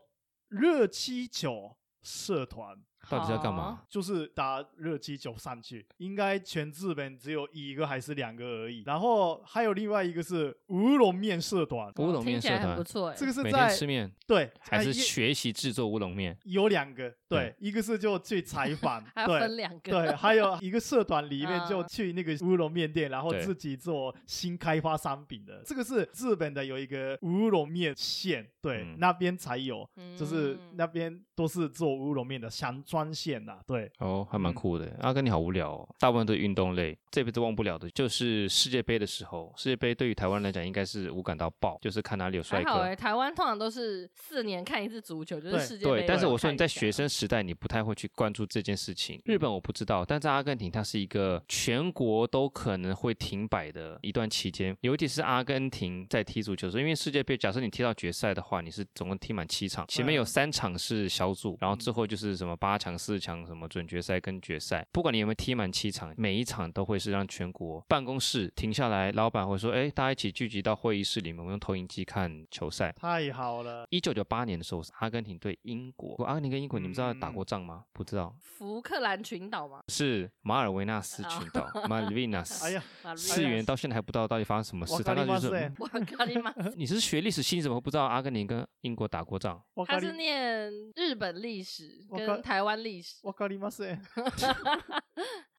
[SPEAKER 1] 热气球社团，
[SPEAKER 3] 到底是要干
[SPEAKER 1] 哦
[SPEAKER 3] 嘛？
[SPEAKER 1] 就是打热气球上去，应该全日本只有一个还是两个而已。然后还有另外一个是乌龙面社团，
[SPEAKER 2] 好？
[SPEAKER 3] 乌龙面
[SPEAKER 2] 听起
[SPEAKER 3] 社
[SPEAKER 2] 来很
[SPEAKER 3] 团
[SPEAKER 2] 不，错哎、，
[SPEAKER 1] 这个是
[SPEAKER 3] 每天
[SPEAKER 1] 在
[SPEAKER 3] 吃面
[SPEAKER 1] 对，
[SPEAKER 3] 还
[SPEAKER 1] 哎
[SPEAKER 3] 是
[SPEAKER 1] 一
[SPEAKER 3] 学习制作乌龙面？
[SPEAKER 1] 有两个，对
[SPEAKER 3] 嗯，
[SPEAKER 1] 一个是就去采 访
[SPEAKER 2] 还要
[SPEAKER 1] 对
[SPEAKER 2] 分。两个。
[SPEAKER 3] 啊
[SPEAKER 1] 对，还有一个社团里面
[SPEAKER 2] 啊
[SPEAKER 1] 就去那个乌龙面店，然后
[SPEAKER 3] 对
[SPEAKER 1] 自己做新开发商品的。这个是日本的有一个乌龙面县，对，
[SPEAKER 3] 嗯
[SPEAKER 1] 那边才有，就是
[SPEAKER 2] 嗯
[SPEAKER 1] 那边都是做乌龙面的香川县呐、对，
[SPEAKER 3] 哦，还蛮
[SPEAKER 1] 嗯
[SPEAKER 3] 酷的。阿根你好无聊哦，大部分都是运动类。这辈子忘不了的就是世界杯的时候，世界杯对于台湾来讲应该是无感到爆，就是看哪里有帅
[SPEAKER 2] 还好哎、
[SPEAKER 3] 哥。
[SPEAKER 2] 台湾通常都是四年看一次足球，就
[SPEAKER 1] 对
[SPEAKER 2] 是世界杯。
[SPEAKER 3] 对，但是我说
[SPEAKER 2] 看
[SPEAKER 3] 你
[SPEAKER 2] 一
[SPEAKER 3] 在
[SPEAKER 2] 下嗯
[SPEAKER 3] 学生时代，你不太会去关注这件事情。日本我不知道，但在阿根廷，它是一个全国都可能会停摆的一段期间，尤其是阿根廷在踢足球的时候，因为世界杯，假设你踢到决赛的话，你是总共踢满七场，前面有
[SPEAKER 1] 嗯
[SPEAKER 3] 三场是小组，然后
[SPEAKER 2] 嗯
[SPEAKER 3] 之后就是什么八强、四强、什么准决赛跟决赛，不管你有没有踢满七场，每一场都会是让全国办公室停下来，老板会说，哎，大家一起聚集到会议室里面，我们用投影机看球赛。
[SPEAKER 1] 太好了，
[SPEAKER 3] 一九九八年的时候，阿根廷对英国，阿根廷跟英国，你们知道打
[SPEAKER 1] 嗯
[SPEAKER 3] 过仗吗？不知道，
[SPEAKER 2] 福克兰群岛嘛，
[SPEAKER 3] 是马尔维纳斯
[SPEAKER 2] 哦
[SPEAKER 3] 群岛 （Malvinas）。
[SPEAKER 1] 哎呀，
[SPEAKER 2] 马瑞
[SPEAKER 3] 世元到现在还不知道到底发生什么
[SPEAKER 1] わ
[SPEAKER 3] 事，
[SPEAKER 1] か
[SPEAKER 3] 他
[SPEAKER 1] り
[SPEAKER 3] 当
[SPEAKER 1] ま
[SPEAKER 3] 时就
[SPEAKER 1] せ
[SPEAKER 3] 是
[SPEAKER 1] ん
[SPEAKER 3] 嗯
[SPEAKER 2] 我靠 你妈！
[SPEAKER 3] 你是学历史系，你怎么不知道阿根廷跟英国打过仗？
[SPEAKER 1] わか
[SPEAKER 2] 他
[SPEAKER 1] り
[SPEAKER 2] 是念日本历史
[SPEAKER 1] 我
[SPEAKER 2] 跟
[SPEAKER 1] 看
[SPEAKER 2] 台湾历史，
[SPEAKER 1] わかりません。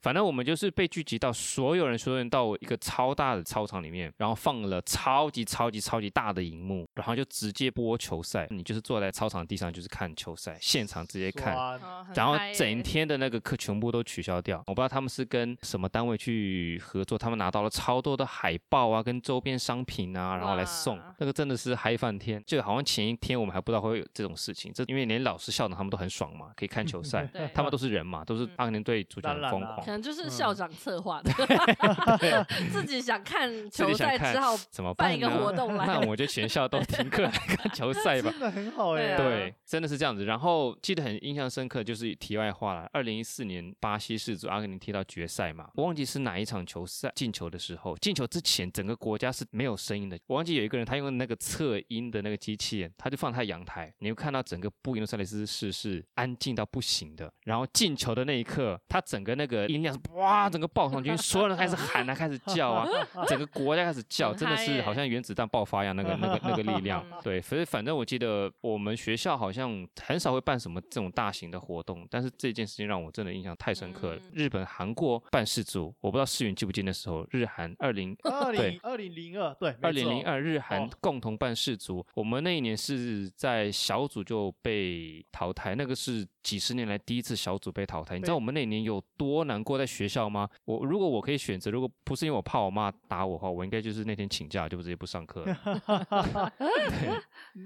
[SPEAKER 3] 反正我们就是被聚集到所有人，所有人到一个超大的操场里面，然后放了超级超级超级大的荧幕，然后就直接播球赛。你就是坐在操场地上，就是看球赛，现场直接看。
[SPEAKER 1] 哇
[SPEAKER 2] 哦很
[SPEAKER 3] 然后
[SPEAKER 2] 嗨耶
[SPEAKER 3] 整天的那个课全部都取消掉，我不知道他们是跟什么单位去合作，他们拿到了超多的海报啊，跟周边商品啊，然后来送
[SPEAKER 2] 哇，
[SPEAKER 3] 那个真的是嗨翻天。就好像前一天我们还不知道会有这种事情，这因为连老师、校长他们都很爽嘛，可以看球赛
[SPEAKER 2] 对，
[SPEAKER 3] 他们都是人嘛，都是
[SPEAKER 2] 嗯
[SPEAKER 3] 当年对足球很
[SPEAKER 1] 当然
[SPEAKER 3] 疯
[SPEAKER 1] 啦
[SPEAKER 3] 狂
[SPEAKER 2] 可。能就是
[SPEAKER 1] 嗯
[SPEAKER 2] 校长策划的， 自己想看
[SPEAKER 3] 自
[SPEAKER 2] 球
[SPEAKER 3] 己想
[SPEAKER 2] 赛，
[SPEAKER 3] 看
[SPEAKER 2] 只好
[SPEAKER 3] 怎么办
[SPEAKER 2] 办一个
[SPEAKER 3] 呢
[SPEAKER 2] 活 动
[SPEAKER 3] 那
[SPEAKER 2] 来。
[SPEAKER 3] 我就全校都停课来看球赛吧。
[SPEAKER 1] 真的很好哎、
[SPEAKER 2] 对啊
[SPEAKER 3] 对，真的是这样子。然后记得很印象深刻，就是题外话了。二零一四年巴西世足阿根廷踢到决赛嘛，我忘记是哪一场球赛进球的时候，进球之前整个国家是没有声音的。我忘记有一个人他用那个测音的那个机器，他就放在阳台，你会看到整个布宜诺斯艾利斯市是安静到不行的。然后进球的那一刻，他整个那个音量是哇，整个爆上去，所有人开始喊啊，开始叫啊，整个国家开始叫，
[SPEAKER 2] 很
[SPEAKER 3] 真的
[SPEAKER 2] 嗨
[SPEAKER 3] 是
[SPEAKER 2] 耶
[SPEAKER 3] 好像原子弹爆发一样那个那个那个力量。
[SPEAKER 1] 嗯
[SPEAKER 3] 对，所以反正我记得我们学校好像很少会办什么这种大型的活动，但是这件事情让我真的印象太深刻了。
[SPEAKER 2] 嗯。
[SPEAKER 3] 日本、韩国办世足，我不知道世元记不记得那时候，日韩二零
[SPEAKER 1] 二零
[SPEAKER 3] 对
[SPEAKER 1] 二零零二对，
[SPEAKER 3] 二
[SPEAKER 1] 没
[SPEAKER 3] 零
[SPEAKER 1] 错
[SPEAKER 3] 零二日韩
[SPEAKER 1] 哦
[SPEAKER 3] 共同办世足，我们那一年是在小组就被淘汰，那个是几十年来第一次小组被淘汰。你知道
[SPEAKER 1] 对
[SPEAKER 3] 我们那一年有多难过在学校吗？我如果我可以选择，如果不是因为我怕我妈打我的话，我应该就是那天请假就直接不上课了。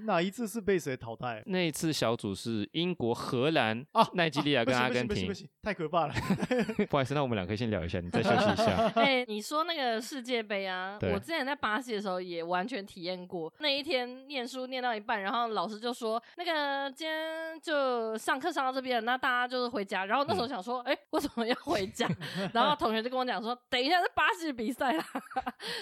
[SPEAKER 1] 哪一次是被谁淘汰？
[SPEAKER 3] 那一次小组是英国、荷兰、
[SPEAKER 1] 啊
[SPEAKER 3] 奈及利亚跟
[SPEAKER 1] 不行
[SPEAKER 3] 阿
[SPEAKER 1] 不
[SPEAKER 3] 根
[SPEAKER 1] 行不行
[SPEAKER 3] 廷
[SPEAKER 1] 不。行，太可怕了！
[SPEAKER 3] 不好意思，那我们两个先聊一下，你再休息一下
[SPEAKER 2] 哎、你说那个世界杯啊，
[SPEAKER 3] 对
[SPEAKER 2] 我之前在巴西的时候也完全体验过。那一天念书念到一半，然后老师就说：“那个今天就上课上到这边了，那大家就是回家。”然后那
[SPEAKER 3] 嗯
[SPEAKER 2] 时候想说：“哎、为什么要回 家？”然后同学就跟我讲说：“等一下是巴西比赛啦，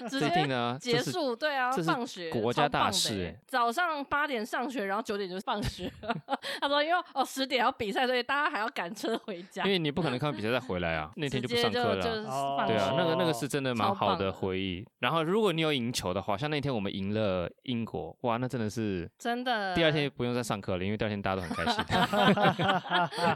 [SPEAKER 2] 直
[SPEAKER 3] 这一
[SPEAKER 2] 接
[SPEAKER 3] 定呢，
[SPEAKER 2] 结
[SPEAKER 3] 这是
[SPEAKER 2] 束。”对啊
[SPEAKER 3] 这，是
[SPEAKER 2] 放学
[SPEAKER 3] 国家
[SPEAKER 2] 超棒
[SPEAKER 3] 大
[SPEAKER 2] 的
[SPEAKER 3] 事
[SPEAKER 2] 欸
[SPEAKER 3] 哎
[SPEAKER 2] 早上八点上学，然后九点就放学。 他说：“因为哦十点要比赛，所以大家还要赶车回家。”
[SPEAKER 3] 因为你不可能看比赛再回来 啊，那
[SPEAKER 2] 直
[SPEAKER 3] 天就不
[SPEAKER 2] 接
[SPEAKER 3] 上课了
[SPEAKER 2] 就
[SPEAKER 3] 啊。
[SPEAKER 2] 是
[SPEAKER 1] 哦
[SPEAKER 2] 放
[SPEAKER 3] 对啊
[SPEAKER 2] 学，
[SPEAKER 3] 那个那个
[SPEAKER 1] 哦
[SPEAKER 3] 是真的蛮
[SPEAKER 2] 超
[SPEAKER 3] 好
[SPEAKER 2] 棒
[SPEAKER 3] 的
[SPEAKER 2] 的
[SPEAKER 3] 回忆。然后，如果你有赢球的话，像那天我们赢了英国，哇，那真的是
[SPEAKER 2] 真的。
[SPEAKER 3] 第二天不用再上课了，因为第二天大家都很开心。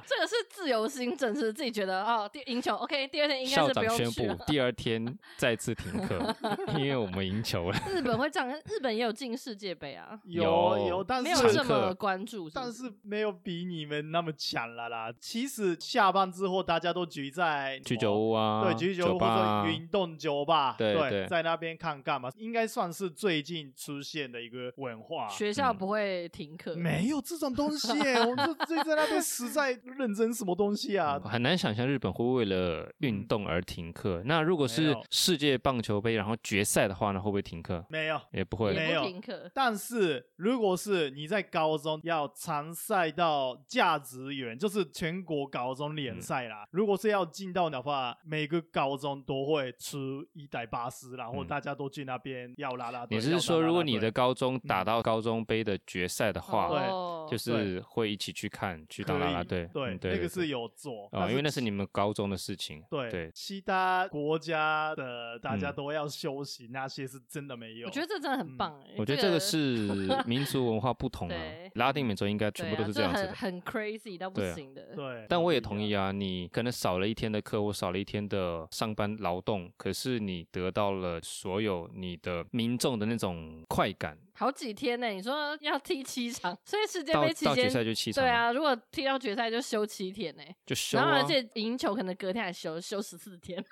[SPEAKER 2] 这个是自由心证，是自己觉得哦，第赢球 OK，第二天 应该
[SPEAKER 3] 校
[SPEAKER 2] 是不
[SPEAKER 3] 长
[SPEAKER 2] 用
[SPEAKER 3] 宣
[SPEAKER 2] 去了
[SPEAKER 3] 布。第二天再次停 课，因为我们赢球了。
[SPEAKER 2] 日本会这样，日本也有进世界杯啊，
[SPEAKER 1] 有
[SPEAKER 3] 有
[SPEAKER 1] 有，但
[SPEAKER 2] 没有
[SPEAKER 1] 是
[SPEAKER 2] 这么
[SPEAKER 3] 课
[SPEAKER 2] 关注是不
[SPEAKER 1] 但
[SPEAKER 2] 是
[SPEAKER 1] 是没有比你们那么强了啦。其实下班之后大家都聚在
[SPEAKER 3] 居酒、屋啊，
[SPEAKER 1] 对，居酒
[SPEAKER 3] 酒
[SPEAKER 1] 屋
[SPEAKER 3] 吧啊
[SPEAKER 1] 或者运动酒吧，
[SPEAKER 3] 对对
[SPEAKER 1] 在那边看干嘛？应该算是最近出现的一个文化。
[SPEAKER 2] 学校
[SPEAKER 3] 嗯
[SPEAKER 2] 不会停课，
[SPEAKER 1] 没有这种东西耶、我们这这在那边实在认真什么东西 啊？
[SPEAKER 3] 很难想象日本会为了运动而停课。那如果
[SPEAKER 1] 嗯没
[SPEAKER 3] 是
[SPEAKER 1] 有
[SPEAKER 3] 世界棒球杯，然后决赛的话呢，会不会停课？
[SPEAKER 1] 没有，
[SPEAKER 3] 也不会。
[SPEAKER 1] 没
[SPEAKER 2] 也
[SPEAKER 1] 有
[SPEAKER 2] 不停课。
[SPEAKER 1] 但是如果是你在高中要参赛到价值园，就是全国高中
[SPEAKER 3] 嗯
[SPEAKER 1] 联赛啦，如果是要进到的话，每个高中都会出一百八十，然后
[SPEAKER 3] 嗯
[SPEAKER 1] 大家都去那边要啦啦队。
[SPEAKER 3] 你
[SPEAKER 1] 要
[SPEAKER 3] 是
[SPEAKER 1] 打
[SPEAKER 3] 说，
[SPEAKER 1] 啦
[SPEAKER 3] 如果
[SPEAKER 1] 啦
[SPEAKER 3] 你
[SPEAKER 1] 队
[SPEAKER 3] 的高中打到高中杯的决赛的话，
[SPEAKER 1] 嗯对
[SPEAKER 2] 哦
[SPEAKER 3] 就是会一起去看去当
[SPEAKER 1] 可
[SPEAKER 3] 啦
[SPEAKER 1] 以
[SPEAKER 3] 啦队？
[SPEAKER 1] 对
[SPEAKER 3] 嗯，对，
[SPEAKER 1] 那个
[SPEAKER 3] 对
[SPEAKER 1] 是。有做，
[SPEAKER 3] 对
[SPEAKER 1] 但
[SPEAKER 3] 哦，因为那是你们高中的事情。
[SPEAKER 1] 对
[SPEAKER 3] 对，
[SPEAKER 1] 其他国家的大家
[SPEAKER 3] 嗯
[SPEAKER 1] 都要休息，那些是真的没有。
[SPEAKER 2] 我觉得这真的
[SPEAKER 1] 嗯
[SPEAKER 2] 很棒哎，
[SPEAKER 3] 我觉得这个是 民族文化不同啊
[SPEAKER 2] 对，
[SPEAKER 3] 拉丁美洲应该
[SPEAKER 2] 对
[SPEAKER 3] 全部都
[SPEAKER 2] 啊
[SPEAKER 3] 是这样子
[SPEAKER 2] 很
[SPEAKER 3] 的。
[SPEAKER 2] 很 crazy 到不
[SPEAKER 3] 对啊
[SPEAKER 2] 行的。
[SPEAKER 1] 对，
[SPEAKER 3] 但我也同意啊，你可能少了一天的课或少了一天的上班劳动，可是你得到了所有你的民众的那种快感。
[SPEAKER 2] 好几天呢，你说要踢七场，所以世界
[SPEAKER 3] 到
[SPEAKER 2] 杯期
[SPEAKER 3] 到决
[SPEAKER 2] 间。
[SPEAKER 3] 赛就七场，
[SPEAKER 2] 对，啊，如果踢到决赛就休七天呢、
[SPEAKER 3] 就休
[SPEAKER 2] 然后
[SPEAKER 3] 啊。
[SPEAKER 2] 而且赢球可能隔天还休休十四天，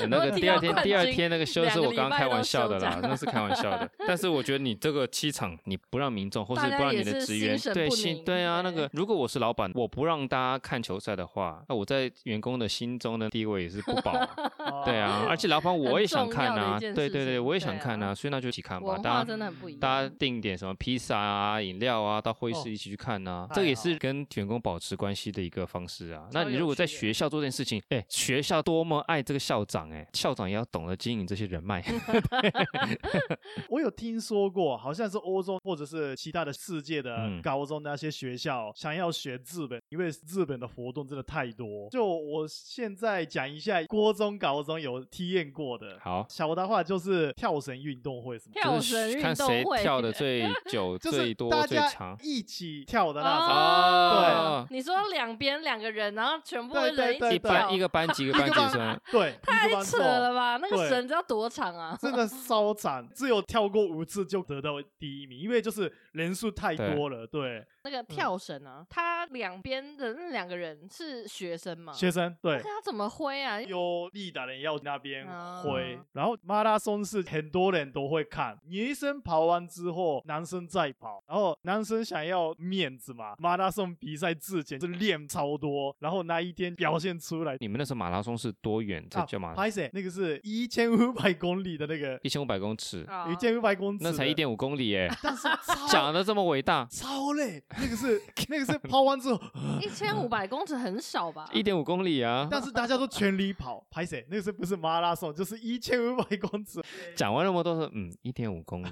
[SPEAKER 3] 呃那
[SPEAKER 2] 如
[SPEAKER 3] 个
[SPEAKER 2] 果
[SPEAKER 3] 第二
[SPEAKER 2] 踢到
[SPEAKER 3] 天
[SPEAKER 2] 冠
[SPEAKER 3] 第二
[SPEAKER 2] 军
[SPEAKER 3] 天那个休
[SPEAKER 2] 两
[SPEAKER 3] 是
[SPEAKER 2] 个
[SPEAKER 3] 我
[SPEAKER 2] 礼
[SPEAKER 3] 刚
[SPEAKER 2] 拜
[SPEAKER 3] 刚开
[SPEAKER 2] 都
[SPEAKER 3] 玩
[SPEAKER 2] 休
[SPEAKER 3] 笑的
[SPEAKER 2] 假
[SPEAKER 3] 啦，那是开玩笑的。但是我觉得你这个七场你不让民众或是
[SPEAKER 2] 大家
[SPEAKER 3] 不让
[SPEAKER 2] 也
[SPEAKER 3] 你的
[SPEAKER 2] 是
[SPEAKER 3] 职
[SPEAKER 2] 心
[SPEAKER 3] 员
[SPEAKER 2] 神
[SPEAKER 3] 对
[SPEAKER 2] 不
[SPEAKER 3] 心
[SPEAKER 2] 宁
[SPEAKER 3] 对啊，那
[SPEAKER 2] 对
[SPEAKER 3] 个如果我是老板，我不让大家看球赛的话，那我在员工的心中的地位也是不保啊。
[SPEAKER 1] 哦
[SPEAKER 3] 对啊，而且老板我
[SPEAKER 2] 很
[SPEAKER 3] 也想
[SPEAKER 2] 重
[SPEAKER 3] 看
[SPEAKER 2] 要的一
[SPEAKER 3] 啊，对
[SPEAKER 2] 件
[SPEAKER 3] 对
[SPEAKER 2] 事
[SPEAKER 3] 对，
[SPEAKER 2] 情
[SPEAKER 3] 我也
[SPEAKER 2] 对
[SPEAKER 3] 想看啊，
[SPEAKER 2] 啊
[SPEAKER 3] 所以那就一起看吧，
[SPEAKER 2] 文
[SPEAKER 3] 大
[SPEAKER 2] 化
[SPEAKER 3] 家。
[SPEAKER 2] 真的嗯很不一样。
[SPEAKER 3] 大家订点什么披萨啊、饮料啊，到会议
[SPEAKER 1] 哦
[SPEAKER 3] 室一起去看啊，
[SPEAKER 1] 太
[SPEAKER 3] 这个也
[SPEAKER 1] 好
[SPEAKER 3] 是跟员工保持关系的一个方式啊。那
[SPEAKER 2] 哎超
[SPEAKER 3] 你
[SPEAKER 2] 有
[SPEAKER 3] 如果在
[SPEAKER 2] 趣的
[SPEAKER 3] 学校做这件事情，哎，学校多么爱这个校长，哎，校长也要懂得经营这些 人脉。
[SPEAKER 1] 我有听说过，好像是欧洲或者是其他的世界的
[SPEAKER 3] 嗯
[SPEAKER 1] 高中那些学校想要学日本因为日本的活动真的太多。就我现在讲一下国中、高中有体验过的。
[SPEAKER 3] 好，
[SPEAKER 1] 小的话就是跳绳运动会什么的，
[SPEAKER 2] 跳
[SPEAKER 3] 就是
[SPEAKER 2] 绳
[SPEAKER 3] 看
[SPEAKER 2] 运动
[SPEAKER 3] 谁
[SPEAKER 2] 会
[SPEAKER 3] 跳的最久、
[SPEAKER 1] 就是
[SPEAKER 3] 最多
[SPEAKER 1] 大、
[SPEAKER 3] 最
[SPEAKER 1] 家
[SPEAKER 3] 长。
[SPEAKER 1] 一起跳的那种。
[SPEAKER 2] 哦
[SPEAKER 3] 对
[SPEAKER 2] 你说两边两个人，然后全部
[SPEAKER 1] 对对
[SPEAKER 2] 人一
[SPEAKER 1] 对
[SPEAKER 2] 起
[SPEAKER 3] 一
[SPEAKER 1] 对
[SPEAKER 2] 跳，
[SPEAKER 3] 班一个班级一个
[SPEAKER 1] 一个
[SPEAKER 3] 班级
[SPEAKER 1] 班
[SPEAKER 3] 算，
[SPEAKER 1] 对，太
[SPEAKER 2] 太扯了吧？那个
[SPEAKER 1] 对
[SPEAKER 2] 绳子要多长啊？
[SPEAKER 1] 真的稍长，只有跳过五次就得到第一名，因为就是人数太多了。对，
[SPEAKER 2] 那
[SPEAKER 3] 嗯
[SPEAKER 2] 个跳绳啊，他两边的那两个人是学生吗？
[SPEAKER 1] 学生对
[SPEAKER 2] 那他怎么挥啊？
[SPEAKER 1] 有力的人要那边
[SPEAKER 2] 哦
[SPEAKER 1] 挥，然后马拉松是很多人都会看，女生跑完之后，男生再跑，然后男生想要面子嘛，马拉松比赛之前是练超多，然后那一天表现出来。
[SPEAKER 3] 你们那时候马拉松是多远？这
[SPEAKER 2] 哦
[SPEAKER 1] 啊
[SPEAKER 3] 叫马拉
[SPEAKER 1] 拍谁？那个是一千五百公里的那个，
[SPEAKER 3] 一千五百公尺，
[SPEAKER 2] 啊
[SPEAKER 1] 一千五百公尺，
[SPEAKER 3] 那才一，点五公里 耶，
[SPEAKER 1] 但是超
[SPEAKER 3] 讲的这么伟大，
[SPEAKER 1] 超累，那个是那个是跑完之后，
[SPEAKER 2] 一千五百公尺很少吧？
[SPEAKER 3] 一点五公里啊！
[SPEAKER 1] 但是大家都全力跑，拍谁？那个是不是马拉松？就是一千五百公尺，
[SPEAKER 3] 讲完那么多说，嗯，一点五 公里。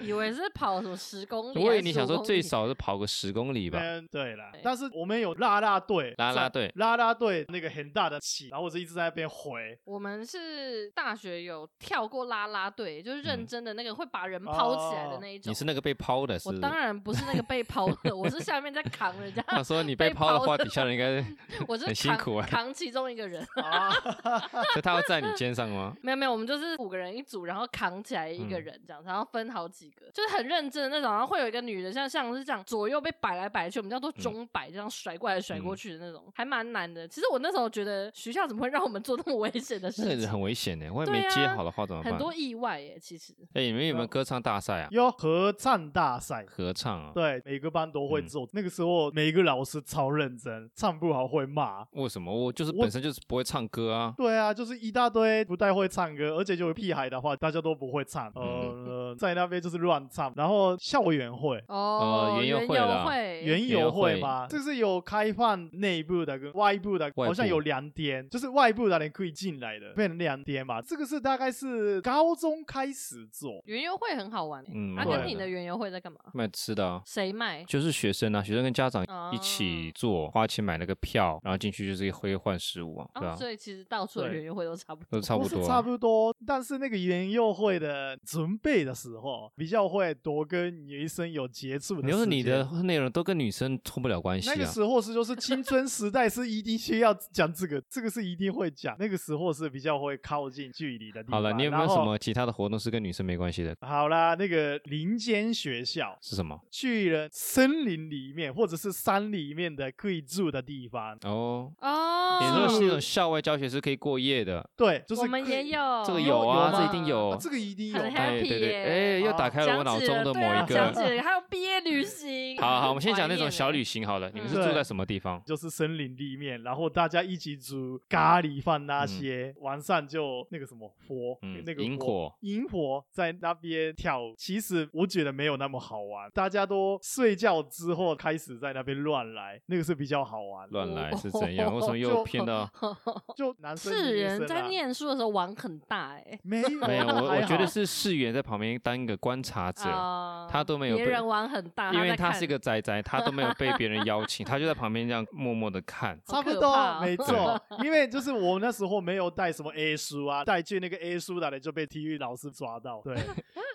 [SPEAKER 2] 以为是跑什么十公里？
[SPEAKER 3] 我以为你想说最
[SPEAKER 2] 少。
[SPEAKER 3] 少是跑个十公里吧？
[SPEAKER 1] 嗯，对了
[SPEAKER 2] 对，
[SPEAKER 1] 但是我们有啦啦队，
[SPEAKER 3] 啦啦队
[SPEAKER 1] 在啦啦队那个很大的旗，然后我就一直在那边回，
[SPEAKER 2] 我们是大学有跳过啦啦队，就是认
[SPEAKER 3] 嗯
[SPEAKER 2] 真的那个会把人抛起来的
[SPEAKER 1] 哦
[SPEAKER 2] 那一种。
[SPEAKER 3] 你是那个被抛的，是
[SPEAKER 2] 我
[SPEAKER 3] 不是？
[SPEAKER 2] 当然 不是那个被抛的，我是下面在扛人 家，
[SPEAKER 3] 他说你
[SPEAKER 2] 被
[SPEAKER 3] 被抛的
[SPEAKER 2] 抛
[SPEAKER 3] 话，
[SPEAKER 2] 的
[SPEAKER 3] 底下人应该，
[SPEAKER 2] 我是
[SPEAKER 3] 很辛
[SPEAKER 2] 扛
[SPEAKER 3] 苦啊
[SPEAKER 2] 扛其中一个人。
[SPEAKER 1] 啊，
[SPEAKER 3] 所以他要在你肩上 吗？
[SPEAKER 2] 没有没有，我们就是五个人一组，然后扛起来一个
[SPEAKER 3] 嗯
[SPEAKER 2] 人这样，然后分好几个，就是很认真的那种。然后会有一个女的，像像是这样左右被摆来摆去，我们叫
[SPEAKER 3] 嗯
[SPEAKER 2] 做中摆，这样甩过来甩过去的那种，还蛮难的。其实我那时候觉得学校怎么会让我们做那么危险的事
[SPEAKER 3] 那个
[SPEAKER 2] 情，
[SPEAKER 3] 很危险的，万一
[SPEAKER 2] 对
[SPEAKER 3] 没
[SPEAKER 2] 啊
[SPEAKER 3] 接好的话怎么办
[SPEAKER 2] 很？多意外耶。其实
[SPEAKER 3] 哎，你们有没有歌唱大赛啊？
[SPEAKER 1] 有合唱大赛。
[SPEAKER 3] 合唱啊？
[SPEAKER 1] 对，每个班都会做。那个时候，每一个老师超认真，唱不好会骂。
[SPEAKER 3] 为什么？我就是
[SPEAKER 1] 我
[SPEAKER 3] 本身就是不会唱歌啊。
[SPEAKER 1] 对啊，就是一大堆不太会唱歌，而且就有屁孩的话，大家都不会
[SPEAKER 3] 嗯
[SPEAKER 1] 唱，呃，呃在那边就是乱唱。然后校园会、
[SPEAKER 2] 哦，
[SPEAKER 3] 园游
[SPEAKER 2] 园
[SPEAKER 3] 会啦
[SPEAKER 2] 会
[SPEAKER 1] 园
[SPEAKER 3] 园游
[SPEAKER 1] 游会
[SPEAKER 3] 会
[SPEAKER 1] 嘛，就是有开放内部的跟外部的，
[SPEAKER 3] 外
[SPEAKER 1] 好像
[SPEAKER 3] 部
[SPEAKER 1] 有两天，就是外部的人可以进来的，变成两天嘛。这个是大概是高中开始做，
[SPEAKER 2] 园游会很好玩欸。
[SPEAKER 3] 嗯，
[SPEAKER 2] 啊，
[SPEAKER 1] 会
[SPEAKER 2] 跟你
[SPEAKER 1] 玩
[SPEAKER 2] 的园游会在干嘛？
[SPEAKER 3] 卖吃的啊。
[SPEAKER 2] 谁卖？
[SPEAKER 3] 就是学生啊，学生跟家长
[SPEAKER 2] 哦
[SPEAKER 3] 一起做，花钱买那个票，然后进去就是会换食物啊，对
[SPEAKER 2] 哦，
[SPEAKER 3] 啊，
[SPEAKER 2] 所以其实到处的
[SPEAKER 1] 对
[SPEAKER 2] 园游会都差不多
[SPEAKER 3] 都。差不
[SPEAKER 1] 是
[SPEAKER 3] 多
[SPEAKER 1] 差
[SPEAKER 3] 啊。
[SPEAKER 1] 不多。但是那个园游会的准备的时候，比较会多跟女生有接触的。
[SPEAKER 3] 你说你的。内容都跟女生脱不了关系
[SPEAKER 1] 那个
[SPEAKER 3] 啊，
[SPEAKER 1] 时候是就是青春时代是一定需要讲这个，这个是一定会讲。那个时候是比较会靠近距离的地方。
[SPEAKER 3] 好了，你有没有
[SPEAKER 1] 然后
[SPEAKER 3] 什么其他的活动是跟女生没关系的？
[SPEAKER 1] 好啦，那个林间学校
[SPEAKER 3] 是什么？
[SPEAKER 1] 去了森林里面或者是山里面的可以住的地方，
[SPEAKER 3] 哦，
[SPEAKER 2] 哦，
[SPEAKER 3] 你说是那
[SPEAKER 1] 嗯
[SPEAKER 3] 种校外教学是可以过夜的，
[SPEAKER 1] 对，就是
[SPEAKER 2] 我们
[SPEAKER 1] 可以
[SPEAKER 2] 也有
[SPEAKER 3] 这个
[SPEAKER 1] 哦有
[SPEAKER 3] 啊，
[SPEAKER 1] 有
[SPEAKER 3] 这
[SPEAKER 1] 吗
[SPEAKER 3] 一定有
[SPEAKER 1] 啊，这个一定有
[SPEAKER 2] 很
[SPEAKER 1] 吧。
[SPEAKER 2] 嗨
[SPEAKER 3] 哎，对
[SPEAKER 2] happy 耶
[SPEAKER 3] 对，哎，又
[SPEAKER 1] 哦
[SPEAKER 3] 打开了我脑中的某一
[SPEAKER 2] 对啊讲
[SPEAKER 3] 个。
[SPEAKER 2] 解了还有毕业 旅行。
[SPEAKER 3] 好好，我们先讲那
[SPEAKER 2] 怀
[SPEAKER 3] 种
[SPEAKER 2] 念
[SPEAKER 3] 小
[SPEAKER 2] 欸
[SPEAKER 3] 旅行好了。你们是
[SPEAKER 1] 嗯
[SPEAKER 3] 住在
[SPEAKER 1] 对
[SPEAKER 3] 什么 地方？
[SPEAKER 1] 就是森林里面，然后大家一起煮咖喱饭那些，晚上就那个什么火，
[SPEAKER 3] 嗯
[SPEAKER 1] 那个
[SPEAKER 3] 萤火，
[SPEAKER 1] 萤火在那边跳舞。其实我觉得没有那么好玩，大家都睡觉之后开始在那边乱来，那个是比较好玩。
[SPEAKER 3] 乱来是怎样？为什么又
[SPEAKER 1] 就
[SPEAKER 3] 偏到？
[SPEAKER 1] 就男生
[SPEAKER 2] 世
[SPEAKER 1] 女生
[SPEAKER 2] 哦人在
[SPEAKER 1] 啦
[SPEAKER 2] 念书的时候玩很大哎、
[SPEAKER 1] 没有
[SPEAKER 3] 没 有，我我
[SPEAKER 1] 还
[SPEAKER 3] 觉得
[SPEAKER 1] 好哦
[SPEAKER 3] 是世源在旁边当一个观察者，
[SPEAKER 2] 啊
[SPEAKER 3] 他都没有
[SPEAKER 2] 别
[SPEAKER 3] 被
[SPEAKER 2] 人玩很大，
[SPEAKER 3] 因为
[SPEAKER 2] 他
[SPEAKER 3] 他
[SPEAKER 2] 在
[SPEAKER 3] 是一个宅宅，他都没有被别人邀请，他就在旁边这样默默的 看。
[SPEAKER 2] 好
[SPEAKER 1] 差不
[SPEAKER 2] 可
[SPEAKER 1] 多，
[SPEAKER 2] 怕哦
[SPEAKER 1] 没错。因为就是我那时候没有带什么 A 书啊，带去那个 A 书的人就被体育老师抓 到。对，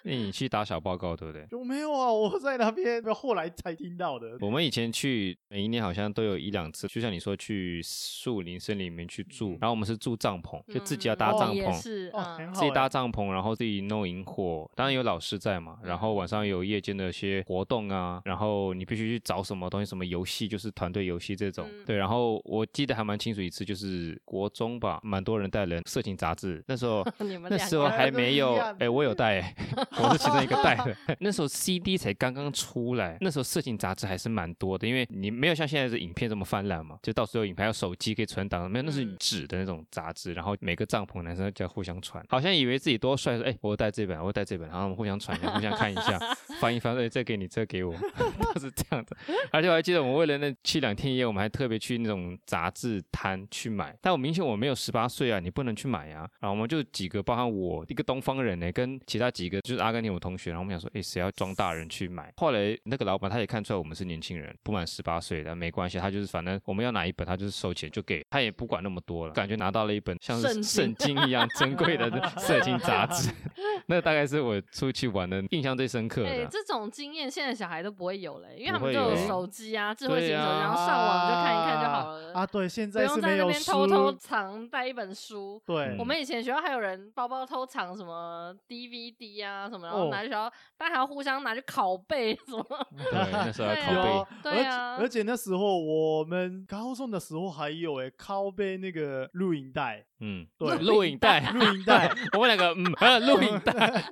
[SPEAKER 3] 你去打小报告，对不对？
[SPEAKER 1] 就没有啊，我在那边后来才听到的。
[SPEAKER 3] 我们以前去，每一年好像都有一两次，就像你说去树林、森林里面去住，然后我们是住帐篷，就自己要搭
[SPEAKER 2] 嗯
[SPEAKER 3] 帐
[SPEAKER 2] 也
[SPEAKER 3] 篷，
[SPEAKER 2] 是
[SPEAKER 1] 哦，
[SPEAKER 2] 嗯
[SPEAKER 1] 很好、
[SPEAKER 3] 自己
[SPEAKER 1] 欸。
[SPEAKER 3] 搭帐篷，然后自己弄萤火，当然有老师在嘛，然后晚上有夜间的一些活动啊，然后你必须去找什么东西，什么游戏，就是团队游戏这种，
[SPEAKER 2] 嗯
[SPEAKER 3] 对。然后我记得还蛮清楚一次，就是国中吧，蛮多人带了色情杂志，那时候
[SPEAKER 2] 你们
[SPEAKER 3] 那
[SPEAKER 2] 两
[SPEAKER 3] 时
[SPEAKER 2] 个
[SPEAKER 3] 候
[SPEAKER 1] 人
[SPEAKER 3] 还
[SPEAKER 1] 都
[SPEAKER 3] 没
[SPEAKER 1] 一
[SPEAKER 3] 有，哎
[SPEAKER 1] 样、
[SPEAKER 3] 我有带、欸， 我是其中一个带的。那时候 CD 才刚刚出来，那时候色情杂志还是蛮多的，因为你没有像现在的影片这么泛滥嘛，就到时候影片还有手机可以存档，没有那是
[SPEAKER 2] 嗯
[SPEAKER 3] 纸的那种杂志，然后每个帐篷男生就要互相传，好像以为自己多帅，说哎、我有带 这本，我有带这本，然后我们互相传一下，互相看一下，翻一翻，哎、这给你，这给我，都是这样的。而且我还记得，我们为了那去两天一夜，我们还特别去那种杂志摊去买。但我明显我没有十八岁啊，你不能去买啊。然后我们就几个，包含我一个东方人呢、跟其他几个就是阿根廷我同学，然后我们想说，哎，谁要装大人去买？后来那个老板他也看出来我们是年轻人，不满十八岁的没关系，他就是反正我们要哪一本，他就是收钱就给，他也不管那么多了。感觉拿到了一本像是圣
[SPEAKER 2] 圣
[SPEAKER 3] 经一 样珍贵的色情杂志， 那大概是我出去玩的印象最深刻的。
[SPEAKER 2] 哎、这种经验现在小孩都不会有嘞、欸因为他
[SPEAKER 3] 不
[SPEAKER 2] 们
[SPEAKER 3] 会
[SPEAKER 2] 就有
[SPEAKER 3] 有
[SPEAKER 2] 手机啊，智慧型
[SPEAKER 3] 对
[SPEAKER 2] 手机，
[SPEAKER 3] 啊
[SPEAKER 2] 然后上网就看一看就好了，
[SPEAKER 1] 啊，对，现
[SPEAKER 2] 不
[SPEAKER 1] 在是
[SPEAKER 2] 用在
[SPEAKER 1] 没
[SPEAKER 2] 那
[SPEAKER 1] 有
[SPEAKER 2] 边
[SPEAKER 1] 书，
[SPEAKER 2] 偷偷藏带一本书。
[SPEAKER 1] 对，
[SPEAKER 3] 嗯
[SPEAKER 2] 我们以前学校还有人包包偷藏什么 DVD 啊什么，然
[SPEAKER 1] 哦
[SPEAKER 2] 后拿去学校，大家还要互相拿去拷贝什么。
[SPEAKER 3] 对，那时候要
[SPEAKER 2] 对
[SPEAKER 3] 拷
[SPEAKER 2] 啊
[SPEAKER 3] 贝。
[SPEAKER 1] 有，
[SPEAKER 2] 对啊
[SPEAKER 1] 而且而且那时候我们高中的时候还有诶，拷贝那个录影带，
[SPEAKER 3] 嗯，
[SPEAKER 1] 对
[SPEAKER 3] 录影带，
[SPEAKER 1] 录影带，
[SPEAKER 3] 我们两个嗯啊， 录影带，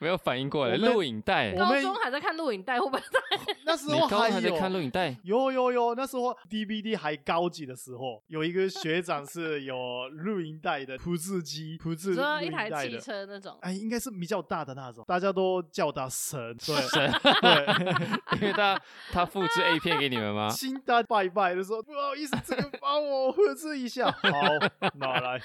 [SPEAKER 3] 没有反应过来，
[SPEAKER 1] 我们
[SPEAKER 3] 录影带，
[SPEAKER 1] 我
[SPEAKER 2] 高
[SPEAKER 1] 们
[SPEAKER 2] 中还在看录影带，会不会
[SPEAKER 1] 那时
[SPEAKER 3] 你
[SPEAKER 1] 候
[SPEAKER 3] 高中还在
[SPEAKER 1] 有。
[SPEAKER 3] 看录影带，
[SPEAKER 1] 有有有，那时候 DVD 还高级的时候，有一个学长是有录音带的铺字机，铺字
[SPEAKER 2] 你
[SPEAKER 1] 录
[SPEAKER 2] 说一
[SPEAKER 1] 音
[SPEAKER 2] 台
[SPEAKER 1] 带
[SPEAKER 2] 汽
[SPEAKER 1] 的，
[SPEAKER 2] 车那种？
[SPEAKER 1] 哎，应该是比较大的那种，大家都叫他神，对
[SPEAKER 3] 神，
[SPEAKER 1] 对，
[SPEAKER 3] 因为他他复制 A 片给你们 吗？
[SPEAKER 1] 亲他拜拜的时候，不好意思，这个帮我复制一下，好，拿 来，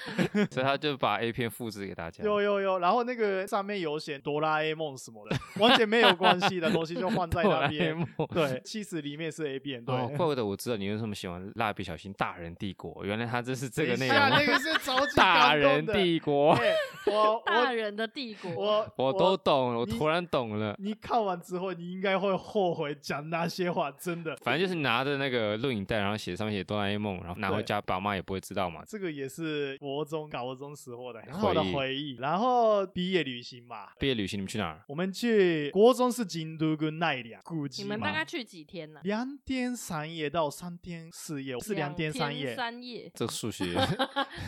[SPEAKER 3] 所以他就把 A 片复制给大家。
[SPEAKER 1] 有有有，然后那个上面有写哆啦 A 梦什么的，完全没有关系的东西就放在
[SPEAKER 3] 哆啦
[SPEAKER 1] 那
[SPEAKER 3] A
[SPEAKER 1] 边。
[SPEAKER 3] 梦。
[SPEAKER 1] 对，其实里面是 A 片，对，
[SPEAKER 3] 哦，怪不得我知道你为什么喜欢蜡笔小新《大人帝国》，原来他这是这个
[SPEAKER 1] 等
[SPEAKER 3] 内
[SPEAKER 1] 一下那
[SPEAKER 3] 容。啊
[SPEAKER 1] 个是超级
[SPEAKER 3] 大
[SPEAKER 1] 感动
[SPEAKER 3] 人
[SPEAKER 1] 的
[SPEAKER 3] 帝国，
[SPEAKER 1] 哎我
[SPEAKER 2] 大
[SPEAKER 1] 我
[SPEAKER 2] 人的帝国，
[SPEAKER 1] 我
[SPEAKER 3] 我都懂了，我
[SPEAKER 1] 你
[SPEAKER 3] 突然懂了。
[SPEAKER 1] 你看完之后，你应该会后悔讲那些话，真的。
[SPEAKER 3] 反正就是拿着那个录影带，然后写上面写哆啦 A 梦，然后拿回
[SPEAKER 1] 对
[SPEAKER 3] 家，爸妈也不会知道嘛。
[SPEAKER 1] 这个也是国中、高中时候的很好的
[SPEAKER 3] 回忆
[SPEAKER 1] 回忆。然后毕业旅行嘛，
[SPEAKER 3] 毕业旅行你们去哪儿？
[SPEAKER 1] 我们去国中是京都跟奈良古迹
[SPEAKER 2] 你
[SPEAKER 1] 嘛，
[SPEAKER 2] 们大概去几天呢、
[SPEAKER 1] 两天三夜到三天四夜，是两天三夜。
[SPEAKER 2] 三夜
[SPEAKER 3] 这数 学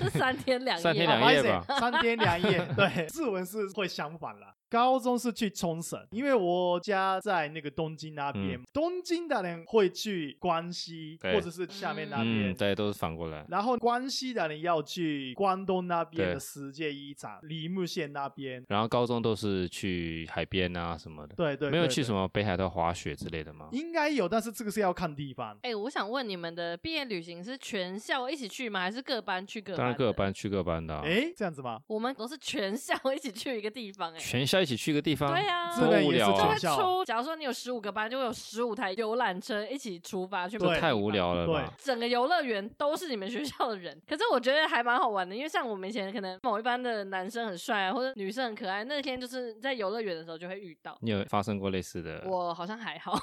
[SPEAKER 2] 是三天两夜，
[SPEAKER 3] 三天
[SPEAKER 1] 啊
[SPEAKER 3] 两
[SPEAKER 1] 不好意思
[SPEAKER 3] 夜吧
[SPEAKER 1] 三天两夜，对，日文是会相反啦。高中是去冲绳，因为我家在那个东京那边，东京的人会去关西
[SPEAKER 3] 嗯对
[SPEAKER 1] 或者是下面那边，
[SPEAKER 3] 嗯，对，都是反过来。
[SPEAKER 1] 然后关西的人要去关东那边
[SPEAKER 3] 对
[SPEAKER 1] 的世界遗产梨木县那边，
[SPEAKER 3] 然后高中都是去海边啊什么的，
[SPEAKER 1] 对对，
[SPEAKER 3] 没有
[SPEAKER 1] 对
[SPEAKER 3] 去
[SPEAKER 1] 对
[SPEAKER 3] 什么北海道滑雪之类的吗？
[SPEAKER 1] 应该有，但是这个是要看地方。
[SPEAKER 2] 哎、我想问你们的毕业旅行是全校一起去吗？还是各班去各班？
[SPEAKER 3] 当然各。班去各班的、啊，
[SPEAKER 1] 哎，这样子吗？
[SPEAKER 2] 我们都是全校一起去一个地方、哎，
[SPEAKER 3] 全校一起去一个地方，
[SPEAKER 2] 对啊
[SPEAKER 3] 多无聊
[SPEAKER 1] 这个
[SPEAKER 2] 就
[SPEAKER 3] 啊
[SPEAKER 1] 也
[SPEAKER 2] 会
[SPEAKER 1] 是全！校
[SPEAKER 2] 出。假如说你有十五个班，就会有十五台游览车一起出发去。
[SPEAKER 1] 对
[SPEAKER 3] 太无。聊了吧？
[SPEAKER 2] 整个游乐园都是你们学校的人，可是我觉得还蛮好玩的，因为像我们以前可能某一班的男生很帅啊，或者女生很可爱，那天就是在游乐园的时候就会遇到。
[SPEAKER 3] 你有发生过类似的？
[SPEAKER 2] 我好像还好，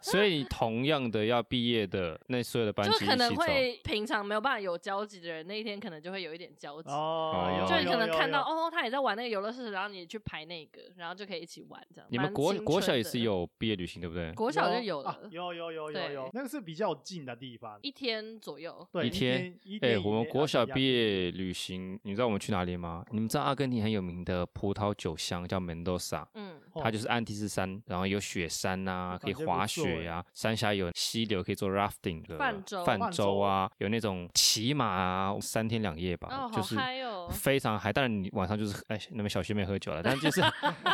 [SPEAKER 3] 所以你同样的要毕业的那所有的班
[SPEAKER 2] 就
[SPEAKER 3] 级一
[SPEAKER 2] 可能
[SPEAKER 3] 起走，
[SPEAKER 2] 会平常没有办法有交集的人，那一天可能就会有一点交集。
[SPEAKER 1] 哦，有
[SPEAKER 2] 就你
[SPEAKER 1] 有
[SPEAKER 2] 可能
[SPEAKER 1] 有
[SPEAKER 2] 看到
[SPEAKER 1] 有
[SPEAKER 2] 哦，他也在玩那个游乐设施，然后你去排那个，然后就可以一起玩这样。
[SPEAKER 3] 你们
[SPEAKER 2] 蛮
[SPEAKER 3] 国
[SPEAKER 2] 青
[SPEAKER 3] 国
[SPEAKER 2] 春
[SPEAKER 3] 小也
[SPEAKER 2] 的
[SPEAKER 3] 是，有毕业旅行对不对？
[SPEAKER 2] 国小就
[SPEAKER 1] 有
[SPEAKER 2] 有了，
[SPEAKER 1] 啊有有有有
[SPEAKER 2] 对
[SPEAKER 1] 有，那个是比较近的地方。
[SPEAKER 2] 一天左右。
[SPEAKER 1] 对，
[SPEAKER 3] 一
[SPEAKER 1] 天
[SPEAKER 3] 天
[SPEAKER 1] 一
[SPEAKER 3] 哎、
[SPEAKER 1] 天以
[SPEAKER 3] 我们
[SPEAKER 1] 内
[SPEAKER 3] 国
[SPEAKER 1] 啊
[SPEAKER 3] 小
[SPEAKER 1] 一样
[SPEAKER 3] 毕业旅行，你知道我们去哪里吗？你们知道阿根廷很有名的葡萄酒乡叫门多萨，
[SPEAKER 2] 嗯，
[SPEAKER 1] 哦
[SPEAKER 3] 它就是安第斯山，然后有雪山
[SPEAKER 2] 哦
[SPEAKER 3] 呐、可以
[SPEAKER 1] 感觉不
[SPEAKER 3] 滑
[SPEAKER 1] 错
[SPEAKER 3] 雪呀、山下有溪流可以做 rafting 的
[SPEAKER 2] 哎泛舟
[SPEAKER 1] 泛
[SPEAKER 3] 泛
[SPEAKER 1] 舟
[SPEAKER 3] 舟啊，有那种骑马啊，三天两夜吧，
[SPEAKER 2] 哦，
[SPEAKER 3] 就
[SPEAKER 2] 好
[SPEAKER 3] 是。
[SPEAKER 2] 嗨哦！
[SPEAKER 3] 非常嗨，当然你晚上就是哎，那边小学妹喝酒了，但 就是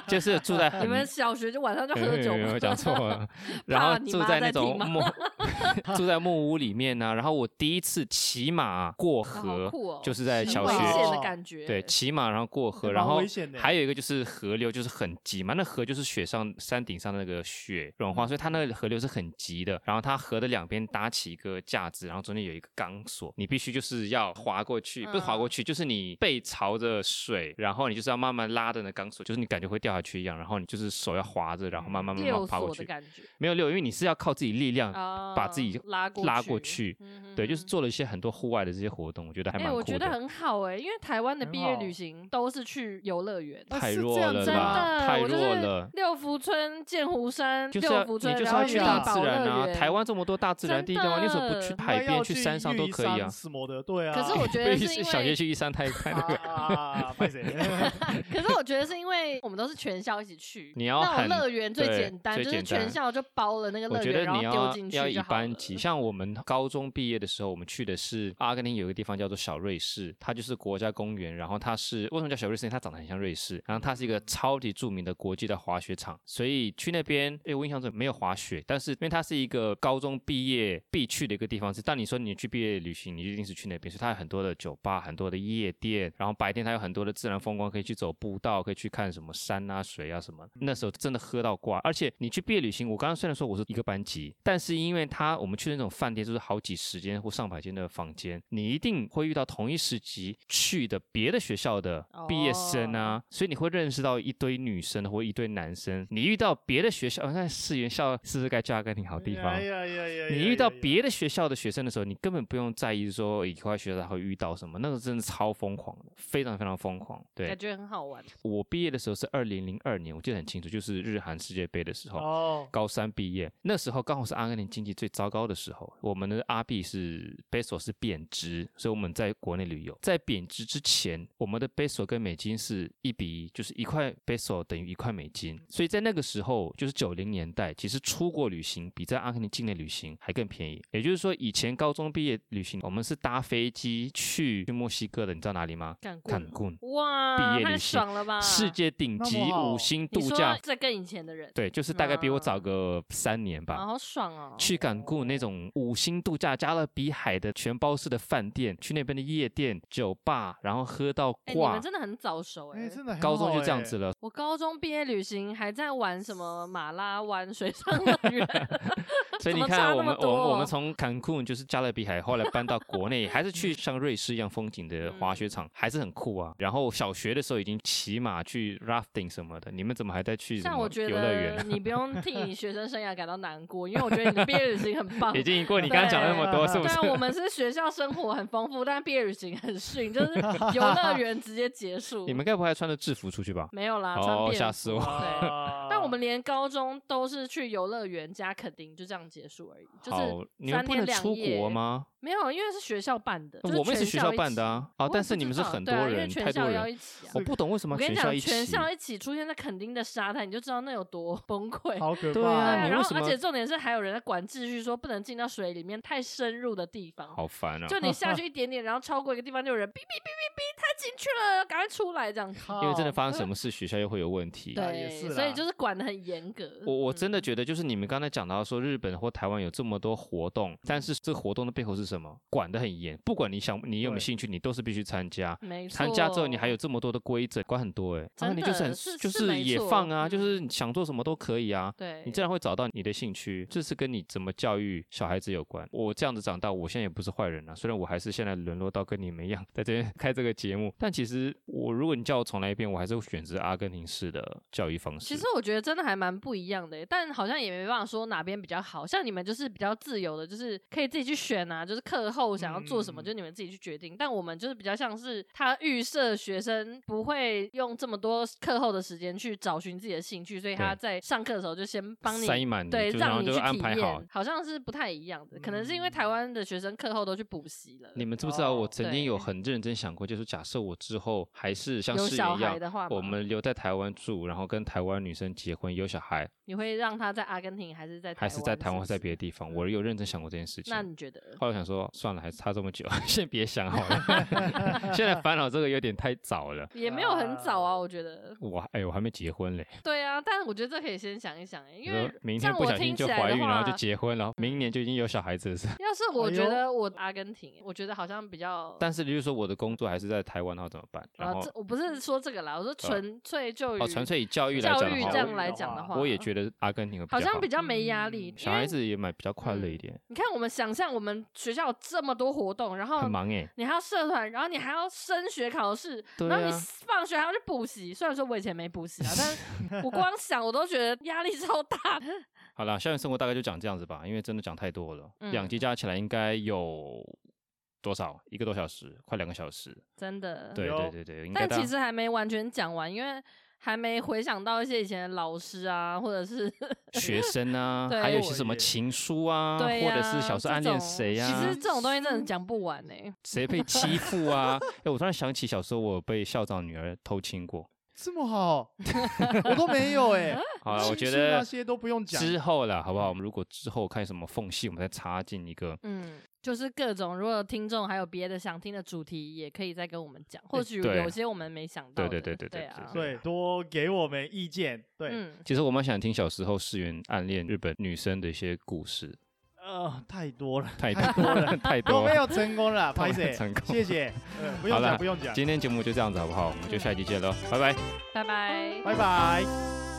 [SPEAKER 3] 就是住在很
[SPEAKER 2] 你们小学就晚上就喝酒
[SPEAKER 3] 嗯没有
[SPEAKER 2] 吗？
[SPEAKER 3] 讲错 了。然后
[SPEAKER 2] 你
[SPEAKER 3] 住
[SPEAKER 2] 妈
[SPEAKER 3] 在
[SPEAKER 2] 在
[SPEAKER 3] 那种
[SPEAKER 2] 听吗
[SPEAKER 3] 木 住在木屋里面呢、啊然后我第一次骑马过
[SPEAKER 2] 好
[SPEAKER 3] 河，
[SPEAKER 2] 酷哦
[SPEAKER 3] 就是在
[SPEAKER 1] 骑
[SPEAKER 3] 小
[SPEAKER 1] 马
[SPEAKER 3] 学
[SPEAKER 2] 危险的
[SPEAKER 1] 哦
[SPEAKER 2] 感觉。
[SPEAKER 3] 对，骑马然后过河，
[SPEAKER 1] 蛮
[SPEAKER 3] 然后
[SPEAKER 1] 危险的
[SPEAKER 3] 还有一个就是河流，就是很急嘛。那河就是雪上山顶上的那个雪融
[SPEAKER 2] 嗯
[SPEAKER 3] 化，所以它那个河流是很急的。然后它河的两边搭起一个架子，然后中间有一个钢索，你必须就是要划过去，不是
[SPEAKER 2] 嗯
[SPEAKER 3] 划过去，就是你背朝着水，然后你就是要慢慢拉着那钢索，就是你感觉会掉下去一样，然后你就是手要划着，然后慢慢
[SPEAKER 2] 嗯
[SPEAKER 3] 慢
[SPEAKER 2] 六
[SPEAKER 3] 慢爬过
[SPEAKER 2] 索的
[SPEAKER 3] 去。
[SPEAKER 2] 感觉，
[SPEAKER 3] 没有溜，因为你是要靠自己力量把自己
[SPEAKER 2] 哦拉过
[SPEAKER 3] 拉过去。
[SPEAKER 2] 嗯哼
[SPEAKER 3] 对，就是
[SPEAKER 2] 哼
[SPEAKER 3] 做了一些很多户外的这些活动，我觉得还
[SPEAKER 2] 哎、
[SPEAKER 3] 蛮酷的。
[SPEAKER 2] 我觉得很好哎、因为台湾的
[SPEAKER 1] 很
[SPEAKER 2] 毕业
[SPEAKER 1] 好
[SPEAKER 2] 旅行都是去游乐 园，
[SPEAKER 1] 啊
[SPEAKER 3] 太
[SPEAKER 1] 是这
[SPEAKER 3] 弱
[SPEAKER 1] 样
[SPEAKER 3] 了
[SPEAKER 1] 子
[SPEAKER 2] 真
[SPEAKER 1] 吗
[SPEAKER 3] 吧，
[SPEAKER 2] 的，
[SPEAKER 3] 太
[SPEAKER 2] 我就
[SPEAKER 3] 弱
[SPEAKER 2] 是
[SPEAKER 3] 了。
[SPEAKER 2] 六福村、剑湖山、
[SPEAKER 3] 就是要
[SPEAKER 2] 六福
[SPEAKER 3] 你
[SPEAKER 2] 村，
[SPEAKER 3] 就是
[SPEAKER 2] 然后
[SPEAKER 3] 要
[SPEAKER 1] 去
[SPEAKER 2] 元
[SPEAKER 1] 大
[SPEAKER 2] 宝
[SPEAKER 3] 自然
[SPEAKER 2] 乐
[SPEAKER 3] 啊！
[SPEAKER 2] 园
[SPEAKER 3] 台湾这么多大自然
[SPEAKER 2] 真
[SPEAKER 3] 地方，你为什么不
[SPEAKER 2] 的
[SPEAKER 3] 去
[SPEAKER 1] 应
[SPEAKER 3] 海
[SPEAKER 1] 该要
[SPEAKER 3] 边、去
[SPEAKER 1] 去
[SPEAKER 3] 山上
[SPEAKER 1] 玉
[SPEAKER 3] 都可以
[SPEAKER 1] 山
[SPEAKER 3] 啊？
[SPEAKER 1] 什么的，对啊。
[SPEAKER 2] 可是我觉得
[SPEAKER 3] 玉
[SPEAKER 2] 是
[SPEAKER 3] 山
[SPEAKER 2] 因
[SPEAKER 3] 小学
[SPEAKER 2] 为
[SPEAKER 3] 去玉山太太 那个。
[SPEAKER 1] 啊，拜谁？
[SPEAKER 2] 可是我觉得是因为我们都是全校一起去，
[SPEAKER 3] 你要
[SPEAKER 2] 那
[SPEAKER 3] 喊
[SPEAKER 2] 种乐园最
[SPEAKER 3] 对
[SPEAKER 2] 简单，
[SPEAKER 3] 最
[SPEAKER 2] 就是
[SPEAKER 3] 简单
[SPEAKER 2] 全校就包了那个
[SPEAKER 3] 我
[SPEAKER 2] 乐
[SPEAKER 3] 觉
[SPEAKER 2] 园，
[SPEAKER 3] 得
[SPEAKER 2] 然后
[SPEAKER 3] 你
[SPEAKER 2] 丢
[SPEAKER 3] 要
[SPEAKER 2] 进去
[SPEAKER 3] 要以
[SPEAKER 2] 就好
[SPEAKER 3] 班
[SPEAKER 2] 了
[SPEAKER 3] 级，像我们高中毕业的时候，我们去的是阿根廷有一个地方叫做小瑞士，它就是国家公园，然后它是为什么叫小瑞士？因为它长得很像瑞士，然后它是一个超级著名的国际的滑雪场，所以去那边，哎，我印象中没有滑雪，但是因为它是一个高中毕业必去的一个地方，是但你说你去毕业旅行，你一定是去那边，所以它有很多的酒吧，很多的夜店，然后白天它有很多的自然风光，可以去走步道，可以去看什么山啊、水啊什么。那时候真的喝到挂，而且你去毕业旅行，我刚刚虽然说我是一个班级，但是因为它我们去那种饭店，就是好几十间或上百间的房间，你一定会遇到同一时期去的别的学校的毕业生啊，所以你会认识到一堆女生或一堆男生。你遇到别的学校，那四元校是不是该叫阿根廷好地方？
[SPEAKER 1] 哎呀呀呀！
[SPEAKER 3] 你遇到
[SPEAKER 1] 呀呀
[SPEAKER 3] 别的学校的学生的时候，你根本不用在意说以后学校会遇到什么，那个真的超疯狂的，非常非常疯狂。对
[SPEAKER 2] 感觉很好玩。
[SPEAKER 3] 我毕业的时候是二零零二年，我记得很清楚，就是日韩世界杯的时候。
[SPEAKER 1] 哦，
[SPEAKER 3] 高三毕业那时候刚好是阿根廷经济最糟糕的时候，我们的阿币是 peso 是贬值，所以我们在国内旅游，在贬值之前，我们的 peso 跟美金是一比一，就是一块 peso 等于一块美金，所以在那个时候就是九零年代，其实出国旅行比在阿根廷境内旅行还更便宜，也就是说以前高中毕业旅行，我们是搭飞机去去墨西哥的，你知道哪里吗？
[SPEAKER 2] 干过
[SPEAKER 3] 坎昆，
[SPEAKER 2] 哇，
[SPEAKER 3] 毕业
[SPEAKER 2] 太
[SPEAKER 3] 旅行
[SPEAKER 2] 爽了吧！
[SPEAKER 3] 世界顶
[SPEAKER 1] 那么
[SPEAKER 3] 级
[SPEAKER 1] 好
[SPEAKER 3] 五星
[SPEAKER 2] 你
[SPEAKER 3] 度
[SPEAKER 2] 说
[SPEAKER 3] 假。
[SPEAKER 2] 这更以前的人，
[SPEAKER 3] 对，就是大概比我
[SPEAKER 2] 啊
[SPEAKER 3] 早个三年吧。
[SPEAKER 2] 啊，好爽哦！
[SPEAKER 3] 去港固那种五星度假加勒比海的全包式的饭店，去那边的夜店、酒吧，然后喝到
[SPEAKER 2] 哎，你
[SPEAKER 3] 挂。
[SPEAKER 2] 们真的很早熟哎
[SPEAKER 1] 哎，。真的很
[SPEAKER 3] 高中
[SPEAKER 1] 好
[SPEAKER 3] 就这样
[SPEAKER 1] 哎
[SPEAKER 3] 子了，
[SPEAKER 2] 我高中毕业旅行还在玩什么马拉湾水上乐园，
[SPEAKER 3] 所 以
[SPEAKER 2] 怎
[SPEAKER 3] 你
[SPEAKER 2] 么差
[SPEAKER 3] 看，啊
[SPEAKER 2] 那
[SPEAKER 3] 我们
[SPEAKER 2] 么
[SPEAKER 3] 我们我们
[SPEAKER 2] 多啊
[SPEAKER 3] 从坎昆就是加勒比海，后来搬到国内，还是去像瑞士一样风景的滑雪场，还是很酷啊。然后小学的时候已经骑马去 rafting 什么的， 你们怎么还在去什
[SPEAKER 2] 像
[SPEAKER 3] 么
[SPEAKER 2] 我觉
[SPEAKER 3] 游乐园
[SPEAKER 2] 得
[SPEAKER 3] 啊？
[SPEAKER 2] 你不用替你学生生涯感到难过，因为我觉得你的毕业旅行很
[SPEAKER 3] 。
[SPEAKER 2] 棒
[SPEAKER 3] 已经赢过你刚刚讲的那么多，是不
[SPEAKER 2] 对
[SPEAKER 3] 是
[SPEAKER 2] 啊，？我们是学校生活很丰富，但毕业旅行很逊， 就是游乐园直接结束。
[SPEAKER 3] 你们该不会还穿着制服出去吧？
[SPEAKER 2] 没有啦，穿
[SPEAKER 3] 哦，
[SPEAKER 2] 便
[SPEAKER 3] 吓
[SPEAKER 2] 服
[SPEAKER 3] 死我！
[SPEAKER 2] 对。
[SPEAKER 1] 啊
[SPEAKER 2] 但我们连高中都是去游乐园加垦丁，就这样结束而已， 就
[SPEAKER 3] 好，
[SPEAKER 2] 是
[SPEAKER 3] 你们
[SPEAKER 2] 三
[SPEAKER 3] 不
[SPEAKER 2] 天
[SPEAKER 3] 能
[SPEAKER 2] 两
[SPEAKER 3] 出
[SPEAKER 2] 夜
[SPEAKER 3] 国？吗？
[SPEAKER 2] 没有，因为是学校办的，就是
[SPEAKER 3] 哦我们也是
[SPEAKER 2] 全
[SPEAKER 3] 学校
[SPEAKER 2] 一
[SPEAKER 3] 办的
[SPEAKER 2] 起
[SPEAKER 3] 啊
[SPEAKER 2] 我
[SPEAKER 3] 啊
[SPEAKER 2] 也
[SPEAKER 3] 但
[SPEAKER 2] 不
[SPEAKER 3] 是你
[SPEAKER 2] 知
[SPEAKER 3] 们是
[SPEAKER 2] 道
[SPEAKER 3] 很
[SPEAKER 2] 对啊
[SPEAKER 3] 多
[SPEAKER 2] 因为
[SPEAKER 3] 人
[SPEAKER 2] 全
[SPEAKER 3] 太
[SPEAKER 2] 校
[SPEAKER 3] 多
[SPEAKER 2] 要
[SPEAKER 3] 人哦
[SPEAKER 2] 一起啊
[SPEAKER 3] 我不懂为什么
[SPEAKER 2] 我跟
[SPEAKER 3] 全
[SPEAKER 2] 你
[SPEAKER 3] 校
[SPEAKER 2] 讲，
[SPEAKER 3] 一
[SPEAKER 2] 全
[SPEAKER 3] 起。
[SPEAKER 2] 校一起出现在垦丁的沙滩，你就知道那有多崩溃。
[SPEAKER 1] 好可怕
[SPEAKER 3] 对
[SPEAKER 1] 哦，
[SPEAKER 3] 啊
[SPEAKER 2] 对，
[SPEAKER 3] 你
[SPEAKER 2] 然
[SPEAKER 3] 为
[SPEAKER 2] 后
[SPEAKER 3] 什
[SPEAKER 2] 而
[SPEAKER 3] 么
[SPEAKER 2] 且重点是还有人在管秩序，说不能进到水里面太深入的地方。
[SPEAKER 3] 好烦啊！
[SPEAKER 2] 就你下去一点点，然后超过一个地方，就有人哔哔哔哔哔，他进去了，赶快出来这样子。
[SPEAKER 1] 靠
[SPEAKER 3] 因为真的发生什么事，学校又会有问题。
[SPEAKER 1] 啊也是
[SPEAKER 2] 呃对，所以
[SPEAKER 1] 啦
[SPEAKER 2] 就是管的很严格。
[SPEAKER 3] 我我真的
[SPEAKER 2] 嗯
[SPEAKER 3] 觉得，就是你们刚才讲到说日本或台湾有这么多活动，但是这活动的背后是什么？管得很严，不管你想你有没有
[SPEAKER 1] 对
[SPEAKER 3] 兴趣，你都是必须参加。
[SPEAKER 2] 没错。
[SPEAKER 3] 参加之后，你还有这么多的规则，管很多哎、
[SPEAKER 2] 真
[SPEAKER 3] 那
[SPEAKER 2] 的
[SPEAKER 3] 你就是很
[SPEAKER 2] 是
[SPEAKER 3] 就是是
[SPEAKER 2] 没
[SPEAKER 3] 也
[SPEAKER 2] 错
[SPEAKER 3] 放啊，
[SPEAKER 2] 嗯
[SPEAKER 3] 就是你想做什么都可以啊。
[SPEAKER 2] 对，
[SPEAKER 3] 你自然会找到你的兴趣，这是跟你怎么教育小孩子有关。我这样子长大，我现在也不是坏人啊，虽然我还是现在沦落到跟你们一样在这边 开这个节目，但其实我如果你叫我重来一遍，我还是会选择阿根廷式的教育方式。
[SPEAKER 2] 其实我觉得真的还蛮不一样的耶，欸但好像也没办法说哪边比较好。像你们就是比较自由的，就是可以自己去选啊，就是课后想要做什么，
[SPEAKER 1] 嗯
[SPEAKER 2] 就你们自己去决定。但我们就是比较像是他预设学生不会用这么多课后的时间去找寻自己的兴趣，所以他
[SPEAKER 3] 对
[SPEAKER 2] 在上课的时候就先帮你。
[SPEAKER 3] 塞满你，
[SPEAKER 2] 对，
[SPEAKER 3] 就然
[SPEAKER 2] 让
[SPEAKER 3] 后
[SPEAKER 2] 你
[SPEAKER 3] 就
[SPEAKER 2] 去
[SPEAKER 3] 安
[SPEAKER 2] 体
[SPEAKER 3] 排好
[SPEAKER 2] 验，。好像是不太一样的，可能是因为
[SPEAKER 1] 嗯
[SPEAKER 2] 台湾的学生课后都去补习了。
[SPEAKER 3] 你们知不知道？我
[SPEAKER 1] 哦
[SPEAKER 3] 曾经有
[SPEAKER 2] 对
[SPEAKER 3] 很认真想过，就是假设我之后还是像
[SPEAKER 2] 有
[SPEAKER 3] 世
[SPEAKER 2] 小
[SPEAKER 3] 云一
[SPEAKER 2] 孩
[SPEAKER 3] 样，
[SPEAKER 2] 的话吗，
[SPEAKER 3] 我们留在台湾住，然后跟台湾女生结婚，有小孩，
[SPEAKER 2] 你会让他在阿根廷还是在
[SPEAKER 3] 还是在台湾或
[SPEAKER 2] 是
[SPEAKER 3] 在
[SPEAKER 2] 不是嗯
[SPEAKER 3] 别的地方，我有认真想过这件事情。
[SPEAKER 2] 那你觉得？
[SPEAKER 3] 后来我想说，算了，还是差这么久， 先别想好了。 现在烦恼这个有点太早了。
[SPEAKER 2] 也没有很早啊，我觉得。
[SPEAKER 3] 我还哎，我还没结婚嘞，
[SPEAKER 2] 对啊，但我觉得这可以先想一想、欸，因
[SPEAKER 3] 你说
[SPEAKER 2] 为
[SPEAKER 3] 明
[SPEAKER 2] 这
[SPEAKER 3] 天
[SPEAKER 2] 样
[SPEAKER 3] 不
[SPEAKER 2] 我
[SPEAKER 3] 小心
[SPEAKER 2] 听
[SPEAKER 3] 就
[SPEAKER 2] 起来的
[SPEAKER 3] 怀孕，然后就
[SPEAKER 2] 话嗯
[SPEAKER 3] 结婚，然后明年就已经有小孩子了。是
[SPEAKER 2] 要是我觉
[SPEAKER 1] 哎呦
[SPEAKER 2] 得我阿根廷，我觉得好像比较，
[SPEAKER 3] 但是，比如说我的工作还是在台湾的话，怎么办？然
[SPEAKER 2] 啊，
[SPEAKER 3] 后呃
[SPEAKER 2] 这我不是说这个啦，我说纯粹就
[SPEAKER 3] 哦，
[SPEAKER 2] 于
[SPEAKER 3] 纯粹以教育来
[SPEAKER 2] 教
[SPEAKER 3] 讲
[SPEAKER 2] 育这
[SPEAKER 3] 的话
[SPEAKER 2] 样来讲的话，
[SPEAKER 3] 我，我也觉得阿根廷会比较
[SPEAKER 2] 好像
[SPEAKER 3] 好嗯
[SPEAKER 2] 比较没压力。
[SPEAKER 3] 小
[SPEAKER 2] 因
[SPEAKER 3] 孩
[SPEAKER 2] 为
[SPEAKER 3] 子也买比较快乐
[SPEAKER 2] 嗯
[SPEAKER 3] 一点，
[SPEAKER 2] 你看我们想象我们学校有这么多活动，然后
[SPEAKER 3] 很忙哎。
[SPEAKER 2] 你还要社团，然后你还要升学考试，
[SPEAKER 3] 对
[SPEAKER 2] 然后你
[SPEAKER 3] 啊
[SPEAKER 2] 放学还要去补习。虽然说我以前没补习啊，但 是我光想我都觉得压力超大的。
[SPEAKER 3] 好了，校园生活大概就讲这样子吧，因为真的讲太多了，两
[SPEAKER 2] 嗯
[SPEAKER 3] 集加起来应该有多少？一个多小时，快两个小时。
[SPEAKER 2] 真的。
[SPEAKER 3] 对
[SPEAKER 1] 有
[SPEAKER 3] 对对对，应该
[SPEAKER 2] 哎但
[SPEAKER 3] 大家
[SPEAKER 2] 其实还没完全讲完，因为还没回想到一些以前的老师啊，或者是
[SPEAKER 3] 学生啊，
[SPEAKER 2] 对
[SPEAKER 3] 还有一些什么
[SPEAKER 1] 我也
[SPEAKER 3] 情书啊，
[SPEAKER 2] 对
[SPEAKER 3] 或
[SPEAKER 2] 呀、
[SPEAKER 3] 者是小时候暗恋谁呀、
[SPEAKER 2] 其实这种东西 真 的讲不完呢、
[SPEAKER 3] 谁被欺负啊？ 哎、我突然想起小时候我被校长女儿偷 亲过。
[SPEAKER 1] 这么好， 我都没有哎、
[SPEAKER 3] 好了，我
[SPEAKER 1] 亲
[SPEAKER 3] 觉
[SPEAKER 1] 戚
[SPEAKER 3] 得
[SPEAKER 1] 那些都不用讲
[SPEAKER 3] 之后了，好不好？我们如果之后看什么缝隙，我们再插进 一个。
[SPEAKER 2] 嗯，就是各种，如果听众还有别的想听的主题，也可以再跟我们讲，
[SPEAKER 3] 哎
[SPEAKER 2] 或许
[SPEAKER 3] 对
[SPEAKER 2] 有些我们没想到的。
[SPEAKER 3] 对对对
[SPEAKER 2] 对
[SPEAKER 3] 对对
[SPEAKER 2] 啊，
[SPEAKER 1] 对，多给我们意见。对，
[SPEAKER 2] 嗯，
[SPEAKER 3] 其实我蛮想听小时候世元暗恋日本女生的一些故事，
[SPEAKER 1] 呃，太多了，
[SPEAKER 3] 太
[SPEAKER 1] 太
[SPEAKER 3] 多
[SPEAKER 1] 多
[SPEAKER 3] 了，
[SPEAKER 1] 了
[SPEAKER 3] 太
[SPEAKER 1] 都
[SPEAKER 3] 多
[SPEAKER 1] 没
[SPEAKER 3] 了。
[SPEAKER 1] 有成功了，
[SPEAKER 3] 都没
[SPEAKER 1] 拍
[SPEAKER 3] 有
[SPEAKER 1] 谁？
[SPEAKER 3] 成功
[SPEAKER 1] 谢谢，嗯，不
[SPEAKER 3] 好
[SPEAKER 1] 用
[SPEAKER 3] 了
[SPEAKER 1] 讲，不用讲，
[SPEAKER 3] 今天节目就这样子好不好？我们就下期见喽，拜拜。
[SPEAKER 2] 拜拜。
[SPEAKER 1] 拜拜。